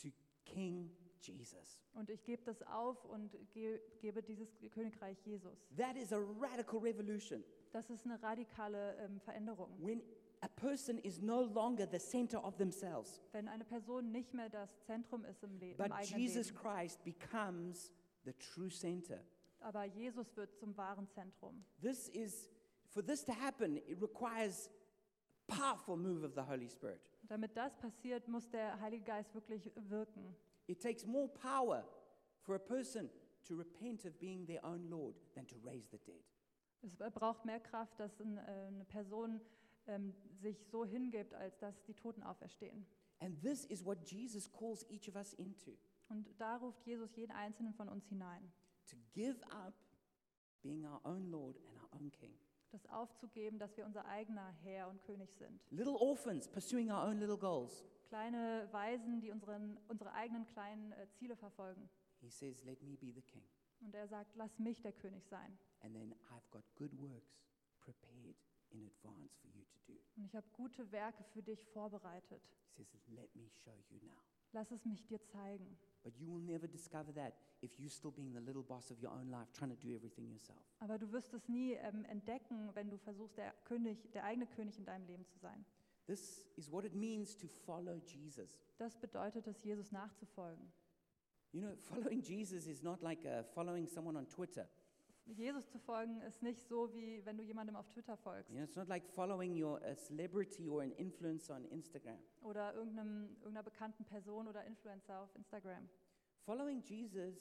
to King Jesus.
Und ich gebe das auf und ge gebe dieses Königreich Jesus.
That is a radical revolution.
Das ist eine radikale ähm, Veränderung.
When a person is no longer the center of themselves,
Wenn eine Person nicht mehr das Zentrum ist im, Le
but
im eigenen
Jesus
Leben,
Christ becomes the true center.
aber Jesus wird zum wahren Zentrum.
This is, for this to happen, it requires powerful move of the Holy Spirit.
Damit das passiert, muss der Heilige Geist wirklich wirken.
It takes more power for a person to repent of being their own Lord than to raise the dead.
Es braucht mehr Kraft, dass ein, äh, eine Person ähm, sich so hingibt, als dass die Toten auferstehen.
And this is what Jesus calls each of us into
Und da ruft Jesus jeden Einzelnen von uns hinein,
to give up being our own Lord and our own King.
das aufzugeben, dass wir unser eigener Herr und König sind.
Little orphans pursuing our own little goals.
Kleine Weisen, die unseren, unsere eigenen kleinen äh, Ziele verfolgen.
He says, Let me be the king.
Und er sagt, lass mich der König sein.
And then I've got good works prepared in advance for you to do.
Und ich habe gute Werke für dich vorbereitet.
He says, Let me show you now.
Lass es mich dir zeigen.
But you will never discover that if you're still being the little boss of your own life, trying to do everything yourself.
Aber du wirst es nie ähm, entdecken, wenn du versuchst, der, König, der eigene König in deinem Leben zu sein.
This is what it means to follow Jesus.
Das bedeutet es, Jesus nachzufolgen.
You know, *laughs* following Jesus is not like uh, following someone on Twitter.
Jesus zu folgen ist nicht so, wie wenn du jemandem auf Twitter folgst
You know, it's not like following your a celebrity or an influencer on Instagram.
oder irgendeinem, irgendeiner bekannten Person oder Influencer auf Instagram.
Following Jesus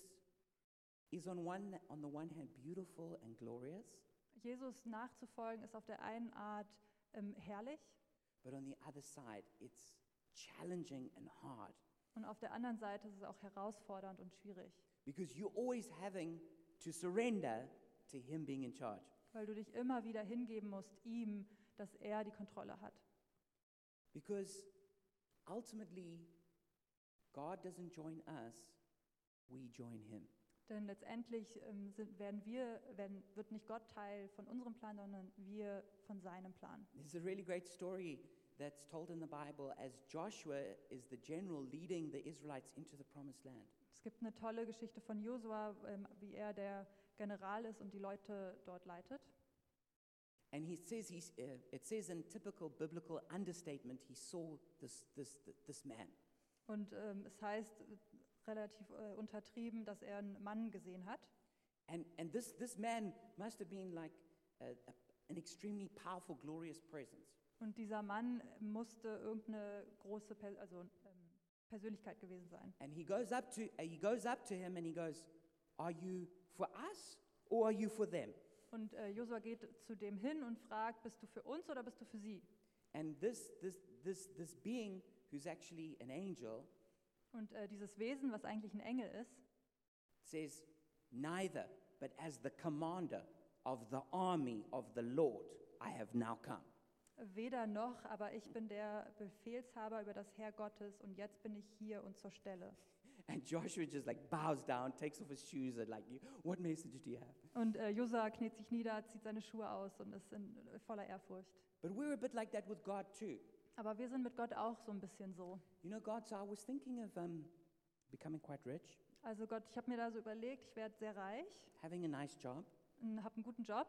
is on one on the one hand beautiful and glorious,
Jesus nachzufolgen ist auf der einen Art ähm, herrlich
but on the other side it's challenging and hard
und auf der anderen Seite ist es auch herausfordernd und schwierig,
because you're always having to surrender to him being in charge.
weil du dich immer wieder hingeben musst, ihm dass er die Kontrolle hat.
Because ultimately, God doesn't join us, we join Him.
Denn letztendlich ähm, sind, werden wir, werden, wird nicht Gott Teil von unserem Plan, sondern wir von seinem Plan.
There's a really great story that's told in the Bible as Joshua is the general leading the Israelites into the promised land.
Es gibt eine tolle Geschichte von Josua, ähm, wie er der General ist und die Leute dort leitet.
And he says he's, uh, it says in typical biblical understatement, he saw this, this, this man.
Und ähm, es heißt äh, relativ äh, untertrieben, dass er einen Mann gesehen hat.
And, and this, this man must have been like a, a, an extremely powerful, glorious presence.
Und dieser Mann musste irgendeine große per also, ähm, Persönlichkeit gewesen sein.
And he goes up to, uh, he goes up to him and he goes, Are you for us or are you for them?
Und äh, Josua geht zu dem hin und fragt, bist du für uns oder bist du für sie?
And this, this, this, this being who's actually an angel
Und äh, dieses Wesen, was eigentlich ein Engel ist,
says, Neither, but as the commander of the army of the Lord, I have now come.
weder noch, aber ich bin der Befehlshaber über das Heer Gottes und jetzt bin ich hier und zur Stelle.
And Joshua just like bows down, takes off his shoes, and like, What message do you have?
Und äh, Josua kniet sich nieder, zieht seine Schuhe aus und ist in, äh, voller Ehrfurcht.
But we're a bit like that with God too.
Aber wir sind mit Gott auch so ein bisschen so.
You know, God, so I was thinking of um, becoming quite rich,
Also Gott, ich habe mir da so überlegt, ich werde sehr reich,
having a nice job,
habe einen guten Job,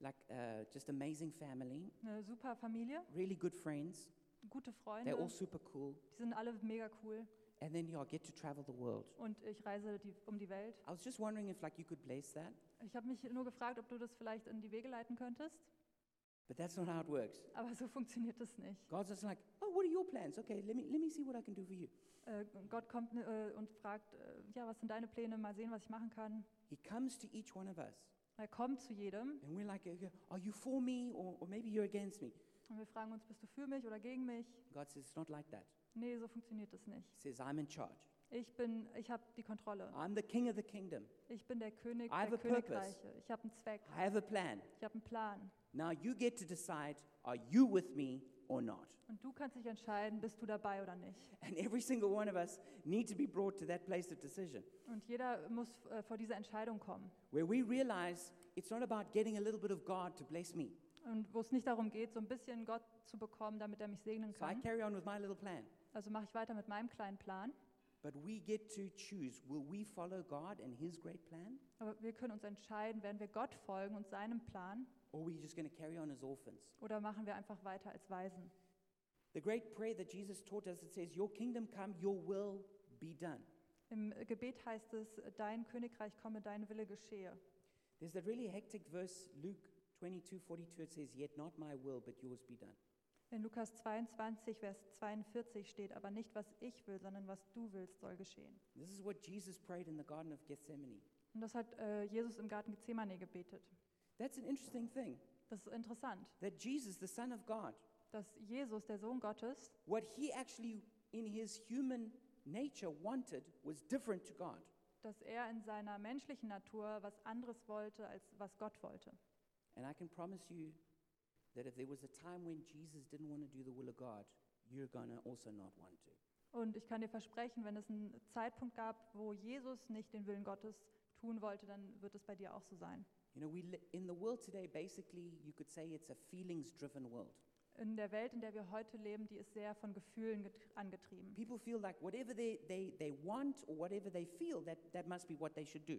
like uh, just amazing family,
eine super Familie,
really good friends.
gute
They're all
Freunde,
super cool.
die sind alle mega cool
And then you know, get to travel the world.
und ich reise die, um die Welt.
I was just wondering if like you could bless that,
Ich habe mich nur gefragt, ob du das vielleicht in die Wege leiten könntest,
but that's not how it works.
aber so *laughs* funktioniert das nicht.
God's just like, oh, what are your plans? Okay, let me let me see what I can do for you.
Äh, Gott kommt äh, und fragt, äh, ja, was sind deine Pläne? Mal sehen, was ich machen kann.
He comes to each one of us,
Er kommt zu jedem
and we're like, "Okay, are you for me or, or maybe you're against me?
und wir fragen uns, bist du für mich oder gegen mich?
God says it's not like that.
Nee, so funktioniert das nicht.
He says I'm in charge.
Ich bin, ich habe die Kontrolle.
I'm the king of the kingdom.
Ich bin der König
I have a
der
purpose.
Königreiche. Ich habe einen Zweck.
I have a plan.
Ich habe einen Plan.
Now you get to decide are you with me or not?
Und du kannst dich entscheiden, bist du dabei oder nicht.
And every single one of us need to be brought to that place of decision
Und jeder muss äh, vor diese Entscheidung kommen.
where we realize it's not about getting a little bit of God to bless me.
Und wo es nicht darum geht, so ein bisschen Gott zu bekommen, damit er mich segnen
So I
kann.
carry on with my little plan.
Also mache ich weiter mit meinem kleinen Plan.
But we get to choose will we follow God and his great plan
Aber wir können uns entscheiden, werden wir Gott folgen und seinem Plan
or are we just going to carry on as orphans?
oder machen wir einfach weiter als Waisen.
The great prayer that Jesus taught us it says your kingdom come your will be done.
Im Gebet heißt es, dein Königreich komme, dein Wille geschehe.
There's that really hectic verse Luke 22:42 it says yet not my will but yours be done.
In Lukas 22, Vers 42 steht, aber nicht was ich will, sondern was du willst, soll geschehen.
This is what Jesus prayed in the garden of Gethsemane.
Und das hat äh, Jesus im Garten Gethsemane gebetet.
That's an interesting thing
Das ist interessant,
that Jesus the son of God
dass Jesus, der Sohn Gottes,
what he actually in his human nature wanted was different to God.
dass er in seiner menschlichen Natur was anderes wollte, als was Gott wollte.
And I can promise you that if there was a time when Jesus didn't want to do the will of God, you're going to also not want to.
Und ich kann dir versprechen, wenn es einen Zeitpunkt gab, wo Jesus nicht den Willen Gottes tun wollte, dann wird es bei dir auch so sein.
You know, we li- in the world today basically you could say it's a feelings driven world.
In der Welt, in der wir heute leben, die ist sehr von Gefühlen get- angetrieben.
People feel like whatever they, they, they want or whatever they feel, that, that must be what they should do.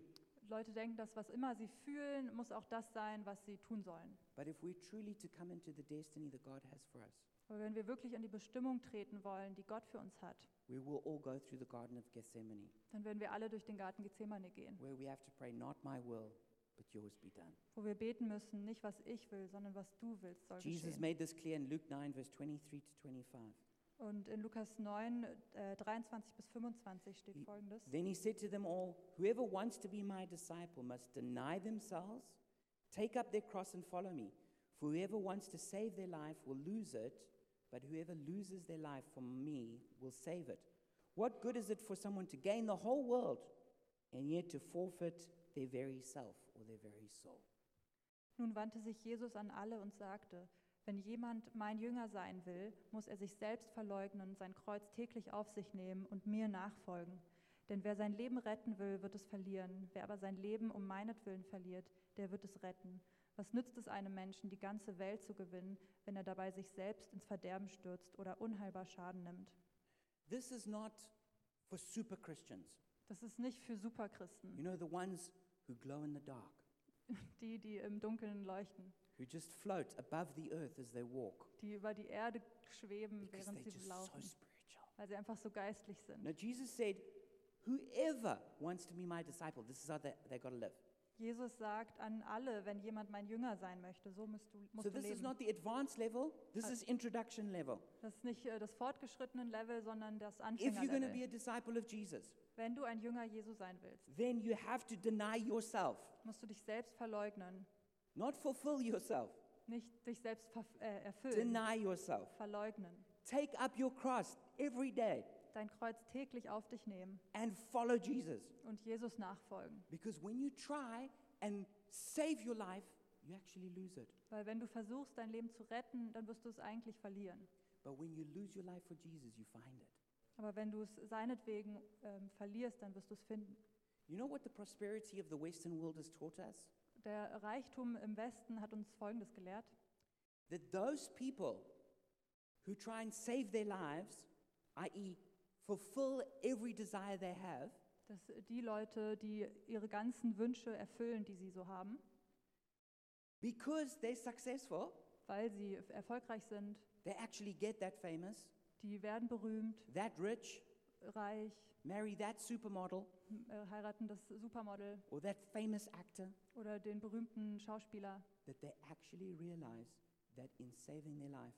Leute denken, dass was immer sie fühlen, muss auch das sein, was sie tun sollen.
But if we're truly to come into the destiny that God has for us,
Aber wenn wir wirklich in die Bestimmung treten wollen, die Gott für uns hat,
we will all go through the Garden of Gethsemane,
dann werden wir alle durch den Garten Gethsemane gehen,
where we have to pray, Not my will, but yours be done.
wo wir beten müssen, nicht was ich will, sondern was du willst, soll
Jesus
geschehen.
made this clear in Luke 9, verse 23 to 25.
Und in Lukas 9, äh, 23 bis 25 steht
He-
folgendes.
Then he said to them all, Whoever wants to be my disciple must deny themselves, take up their cross, and follow me. For whoever wants to save their life will lose it, but whoever loses their life for me will save it. What good is it for someone to gain the whole world and yet to forfeit their very self or their very soul?
Nun wandte sich Jesus an alle und sagte, Wenn jemand mein Jünger sein will, muss er sich selbst verleugnen, sein Kreuz täglich auf sich nehmen und mir nachfolgen. Denn wer sein Leben retten will, wird es verlieren. Wer aber sein Leben um meinetwillen verliert, der wird es retten. Was nützt es einem Menschen, die ganze Welt zu gewinnen, wenn er dabei sich selbst ins Verderben stürzt oder unheilbar Schaden nimmt?
This is not for super Christians,
Das ist nicht für
you
Superchristen,
know, the ones who glow in the dark,
die, die im Dunkeln leuchten,
who just float above the earth as they walk
die über die Erde schweben,
because
während
they're
sie
just so Ne?
laufen,
spiritual.
weil sie einfach so geistlich sind.
Now, Jesus said, Whoever wants to be my disciple, this is how they, they got to live.
Jesus sagt an alle, wenn jemand mein Jünger sein möchte, so musst du, musst
so,
du
this is
leben.
not the advanced level, this is introduction level.
Das ist nicht äh, das fortgeschrittene Level, sondern das
If you're going to be
Anfängerlevel.
a disciple of Jesus,
Wenn du ein Jünger Jesu sein willst,
then you have to deny yourself,
musst du dich selbst verleugnen,
not fulfill yourself,
nicht dich selbst verf- äh, erfüllen,
deny yourself.
verleugnen,
Take up your cross every day
dein Kreuz täglich auf dich nehmen
and follow Jesus.
und Jesus nachfolgen.
Because when you try and save your life, you actually lose it.
Weil wenn du versuchst, dein Leben zu retten, dann wirst du es eigentlich verlieren.
But when you lose your life for Jesus, you find it.
Aber wenn du es seinetwegen ähm, verlierst, dann wirst du es finden.
You know what the prosperity of the Western world has taught us?
Der Reichtum im Westen hat uns Folgendes gelehrt,
That those people who try and save their lives, i.e., fulfill every desire they have,
dass die Leute, die ihre ganzen Wünsche erfüllen, die sie so haben,
because they're successful,
weil sie f- erfolgreich sind,
they actually get that famous,
die werden berühmt,
that rich,
reich,
marry that supermodel
m- äh, heiraten das Supermodel
or that famous actor,
oder den berühmten Schauspieler,
that they actually realize that in saving their life,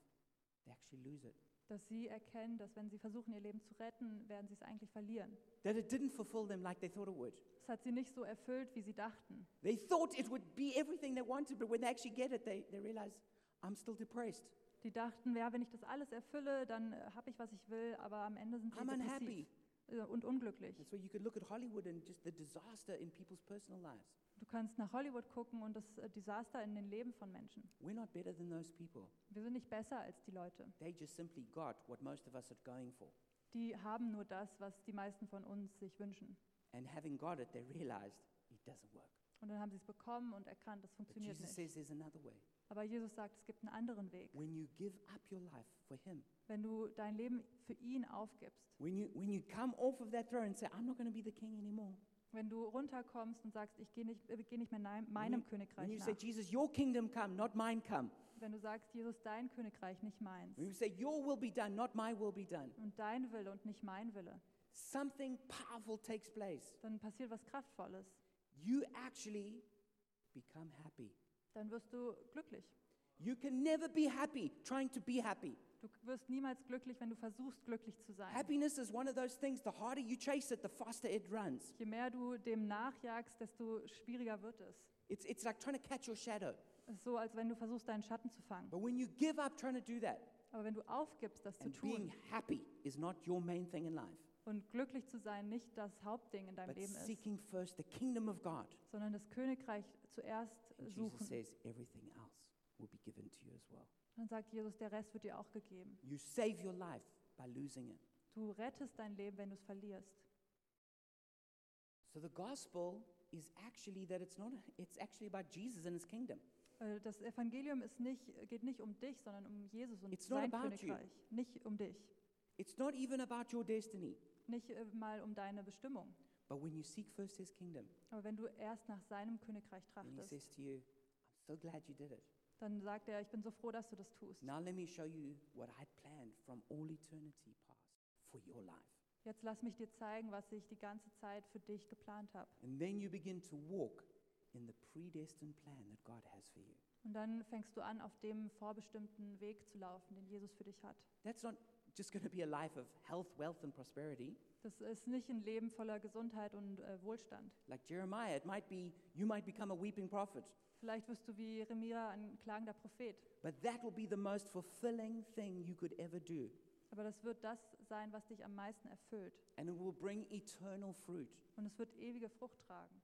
they actually lose it.
dass sie erkennen, dass wenn sie versuchen, ihr Leben zu retten, werden sie es eigentlich verlieren.
That it didn't fulfill them like they thought it would.
Es hat sie nicht so erfüllt, wie sie dachten.
They thought it would be everything they wanted, but when they actually get it, they, they realize, I'm still depressed.
Die dachten, ja, wenn ich das alles erfülle, dann äh, habe ich, was ich will, aber am Ende sind sie
I'm unhappy.
depressiv äh, und unglücklich.
That's why you could look at Hollywood and just the disaster in people's personal lives.
Du kannst nach Hollywood gucken und das äh, Desaster in den Leben von Menschen.
We're not better than those people.
Wir sind nicht besser als die Leute.
They just simply got what most of us are going for.
Die haben nur das, was die meisten von uns sich wünschen.
And having got it, they realized it doesn't work.
Und dann haben sie es bekommen und erkannt, das
But
funktioniert
Jesus says
nicht.
there's another way.
Aber Jesus sagt, es gibt einen anderen Weg.
When you give up your life for Him,
Wenn du dein Leben für ihn aufgibst,
when you, when you come off of that throne and say, I'm not going to be the king anymore.
wenn du runterkommst und sagst, ich gehe nicht, äh, geh nicht mehr nein- meinem Königreich
When you say,
nach,
Jesus, your kingdom come, not mine come.
wenn du sagst, Jesus, dein Königreich, nicht meins,
When you say, your will be done, not my will be done.
und dein Wille und nicht mein Wille,
Something powerful takes place.
dann passiert was Kraftvolles.
You actually become happy.
Dann wirst du glücklich.
You can never be happy trying to be happy.
Du wirst niemals glücklich, wenn du versuchst, glücklich zu sein.
Happiness is one of those things, the harder you chase it, the faster it runs.
Je mehr du dem nachjagst, desto schwieriger wird es.
It's, it's like trying to catch your shadow.
Es ist so, als wenn du versuchst, deinen Schatten zu fangen.
But when you give up trying to do that,
Aber wenn du aufgibst, das zu
and being
tun
happy is not your main thing in life,
und glücklich zu sein nicht das Hauptding in deinem
but
Leben ist,
seeking first the kingdom of God.
sondern das Königreich zuerst
And Jesus
suchen,
says, everything else will be given to you as well.
dann sagt Jesus, der Rest wird dir auch gegeben.
You save your life by losing it.
Du rettest dein Leben, wenn du es verlierst.
So the gospel is actually that it's not it's actually about Jesus and his kingdom.
Äh, Das Evangelium ist nicht, geht nicht um dich, sondern um Jesus und
It's not
sein
about you.
Königreich. Nicht um dich.
It's not even about your destiny.
Nicht äh, mal um deine Bestimmung.
But when you seek first his kingdom,
Aber wenn du erst nach seinem Königreich
and he
trachtest,
says to you, I'm so glad you did it.
dann sagt er, ich bin so froh, dass du das tust.
Now let me show you what I had planned from all eternity past for your life.
Jetzt lass mich dir zeigen, was ich die ganze Zeit für dich geplant habe.
And then you begin to walk in the predestined plan that God has for you.
Und dann fängst du an, auf dem vorbestimmten Weg zu laufen, den Jesus für dich hat.
That's not just going to be a life of health, wealth, and prosperity.
Das ist nicht ein Leben voller Gesundheit und äh, Wohlstand.
Like Jeremiah, it might be you might become a weeping prophet,
Vielleicht wirst du wie Remira ein klagender Prophet.
but that will be the most fulfilling thing you could ever do.
Aber das wird das sein, was dich am meisten erfüllt.
And it will bring eternal fruit.
Und es wird ewige Frucht tragen.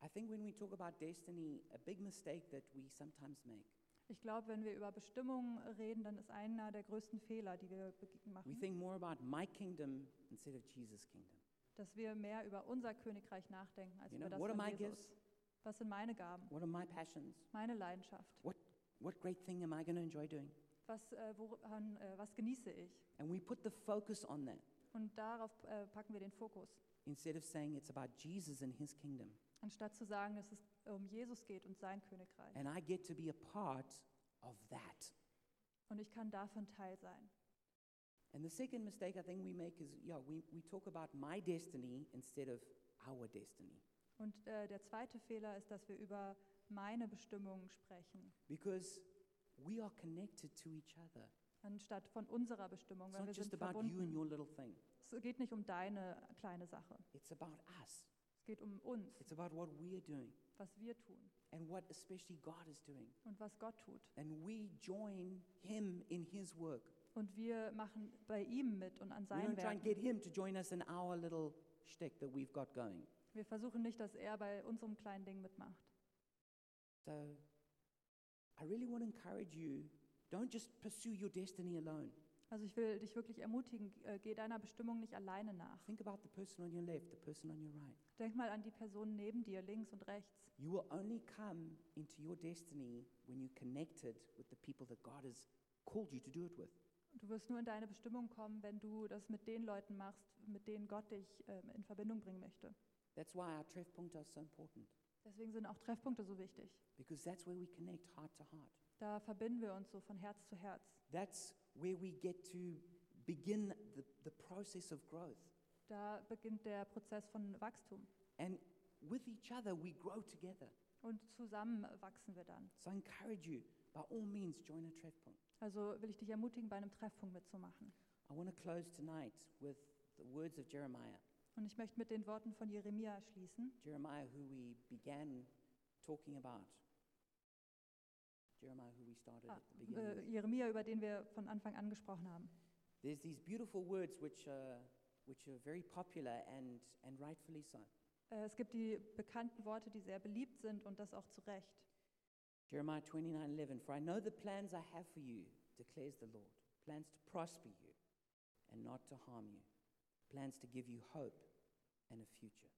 I think when we talk about destiny, a big mistake that we sometimes make,
Ich glaube, wenn wir über Bestimmungen reden, dann ist einer der größten Fehler, die wir bege-
we
machen,
think more about my kingdom instead of Jesus' kingdom.
dass wir mehr über unser Königreich nachdenken als
You
über
know,
das
what are my
von Jesus.
gifts?
Was sind meine Gaben,
What are my passions?
meine Leidenschaft?
What, what great thing am I going to enjoy doing?
Was, äh, woran, äh, was genieße ich?
And we put the focus on that
Und darauf äh, packen wir den Fokus,
instead of saying it's about Jesus and his kingdom.
anstatt zu sagen, dass es um Jesus geht und sein Königreich.
And I get to be a part of that.
Und ich kann davon Teil sein.
And the second mistake I think we make is, yeah, we, we talk about my destiny instead of our destiny.
Und äh, der zweite Fehler ist, dass wir über meine Bestimmungen sprechen,
Because we are connected to each other.
anstatt von unserer Bestimmung,
It's
weil
not
wir
just
sind
about you and
verbunden.
your little thing,
Es geht nicht um deine kleine Sache.
it's about us.
Es geht um uns,
It's about what we are doing
was wir tun
and what especially God is doing.
und was Gott tut.
And we join Him in His work.
Und wir machen bei ihm mit und an
We
seinen
don't try and get
Werken.
Him to join us in our little shtick that we've got going.
Wir versuchen nicht, dass er bei unserem kleinen Ding mitmacht.
So I really want to encourage you don't just pursue your destiny alone.
Also ich will dich wirklich ermutigen, äh, geh deiner Bestimmung nicht alleine nach.
Think about the person on your left, the person on your right.
Denk mal an die Personen neben dir, links und rechts.
You will only come into your destiny when you're connected with the people that God has called you to do it with.
Du wirst nur in deine Bestimmung kommen, wenn du das mit den Leuten machst, mit denen Gott dich ähm, in Verbindung bringen möchte.
That's why our Treffpunkt are so important,
Deswegen sind auch Treffpunkte so wichtig.
because that's where we connect heart to heart.
Da verbinden wir uns so von Herz zu Herz.
That's where we get to begin the, the process of growth.
Da beginnt der Prozess von Wachstum.
And with each other, we grow together.
Und zusammen wachsen wir dann.
So I encourage you, by all means, join a Treffpunkt.
Also will ich dich ermutigen, bei einem Treffpunkt mitzumachen.
I want to close tonight with the words of Jeremiah.
Und ich möchte mit den Worten von Jeremia schließen.
Jeremiah, who we began talking about. Jeremiah, who we started
Ah,
at the beginning.
äh, Jeremia, über den wir von Anfang an gesprochen haben.
There's these beautiful words which are, which are very popular and, and rightfully so.
Äh, Es gibt die bekannten Worte, die sehr beliebt sind und das auch zu Recht.
Jeremiah 29:11 For I know the plans I have for you, declares the Lord. Plans to prosper you and not to harm you. Plans to give you hope and a future.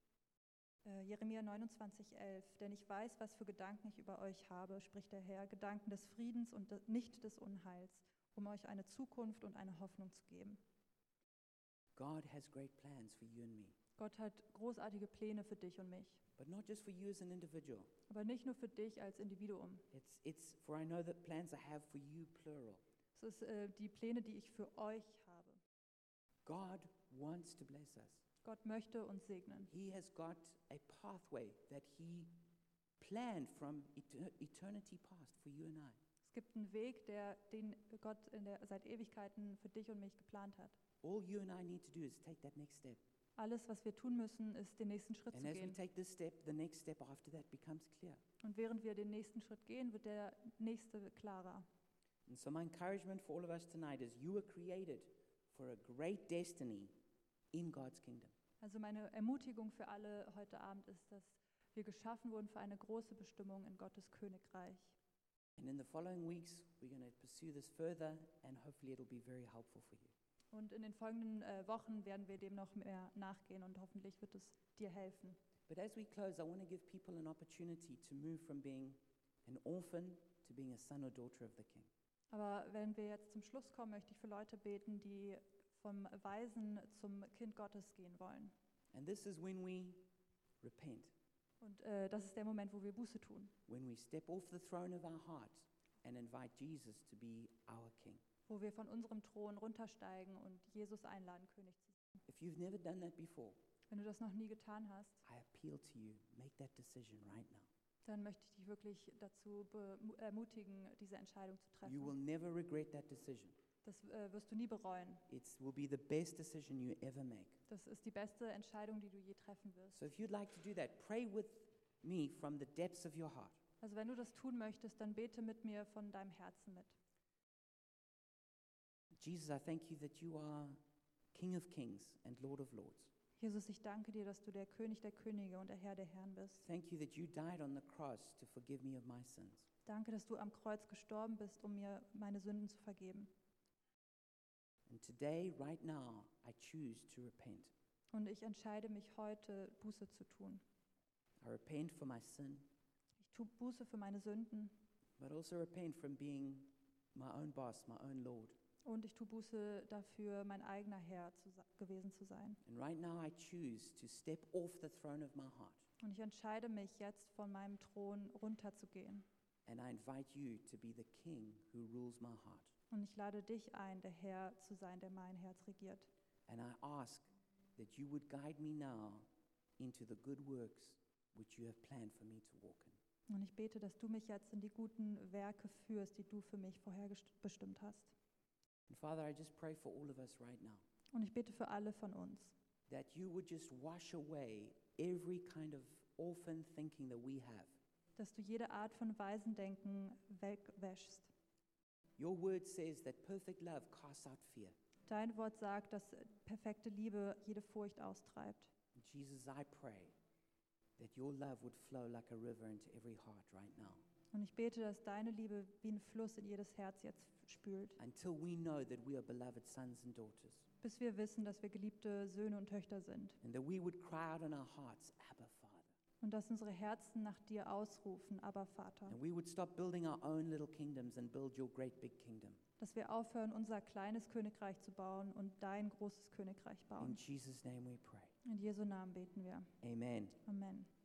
Äh, Jeremia 29, 11. Denn ich weiß, was für Gedanken ich über euch habe, spricht der Herr, Gedanken des Friedens und de nicht des Unheils, um euch eine Zukunft und eine Hoffnung zu geben.
God has great plans for you and me,
Gott hat großartige Pläne für dich und mich,
but not just for you as an individual.
aber nicht nur für dich als Individuum.
It's, it's for I know the plans I have for you, plural.
Es ist äh, die Pläne, die ich für euch habe.
God wants to bless us.
Gott möchte uns segnen.
He has got a pathway that He planned from eter- eternity past for you and I.
Es gibt einen Weg, der, den Gott in der, seit Ewigkeiten für dich und mich geplant hat.
All you and I need to do is take that next step.
Alles, was wir tun müssen, ist den nächsten Schritt
And
zu
as we
gehen.
take this step, the next step after that becomes clear.
Und während wir den nächsten Schritt gehen, wird der nächste klarer.
And so, my encouragement for all of us tonight is you were created for a great destiny in God's kingdom.
Also meine Ermutigung für alle heute Abend ist, dass wir geschaffen wurden für eine große Bestimmung in Gottes Königreich.
And in the following weeks, we're going to pursue this further, and hopefully, it'll be very helpful for you.
Und in den folgenden äh, Wochen werden wir dem noch mehr nachgehen und hoffentlich wird es dir helfen.
But as we close, I want to give people an opportunity to move from being an orphan to being a son or daughter of the King.
Aber wenn wir jetzt zum Schluss kommen, möchte ich für Leute beten, die vom Waisen zum Kind Gottes gehen wollen.
And this is when we repent,
Und äh, das ist der Moment, wo wir Buße tun,
when we step off the throne of our heart and invite Jesus to be our King.
wo wir von unserem Thron runtersteigen und Jesus einladen, König zu sein.
If you've never done that before,
Wenn du das noch nie getan hast,
I appeal to you, make that decision right now.
dann möchte ich dich wirklich dazu bemu- ermutigen, diese Entscheidung zu
You will
treffen.
never regret that decision.
Das äh, wirst du nie bereuen.
It will be the best decision you ever make.
Das ist die beste Entscheidung, die du je treffen wirst.
So if you'd like to do that, pray with me from the depths of your heart.
Also wenn du das tun möchtest, dann bete mit mir von deinem Herzen mit.
Jesus, I thank you that you are King of kings and Lord of lords.
Jesus, ich danke dir, dass du der König der Könige und der Herr der Herren bist.
Thank you that you died on the cross to forgive me of my sins.
Danke, dass du am Kreuz gestorben bist, um mir meine Sünden zu vergeben.
And today, right now, I choose to repent.
Und ich entscheide mich heute, Buße zu tun.
I repent for my sin,
Ich tue Buße für meine Sünden
but also repent from being my own boss, my own Lord.
und ich tue Buße dafür, mein eigener Herr zu, se- gewesen zu sein.
And right now, I choose to step off the throne of my heart.
Und ich entscheide mich jetzt, von meinem Thron runterzugehen.
And I invite you to be the king who rules my heart.
Und ich lade dich ein, der Herr zu sein, der mein Herz regiert.
And I ask that you would guide me now into the good works which you have planned for me to walk in.
Und ich bete, dass du mich jetzt in die guten Werke führst, die du für mich vorherbestimmt hast.
And Father, I just pray for all of us right now
Und ich bete für alle von uns,
that you would just wash away every kind of orphan thinking that we have.
dass du jede Art von Weisendenken wegwäschst.
Your word says that perfect love casts out fear.
Dein Wort sagt, dass perfekte Liebe jede Furcht austreibt.
Jesus, I pray that your love would flow like a river into every heart right now
Und ich bete, dass deine Liebe wie ein Fluss in jedes Herz jetzt spült,
until we know that we are beloved sons and daughters
bis wir wissen, dass wir geliebte Söhne und Töchter sind
and that we would cry out in our hearts, Abba, Father.
und dass unsere Herzen nach dir ausrufen, aber Vater,
And we would stop building our own little kingdoms and build your great big kingdom.
dass wir aufhören, unser kleines Königreich zu bauen und dein großes Königreich
In
bauen.
Jesus' name we pray.
In Jesu Namen beten wir.
Amen.
Amen.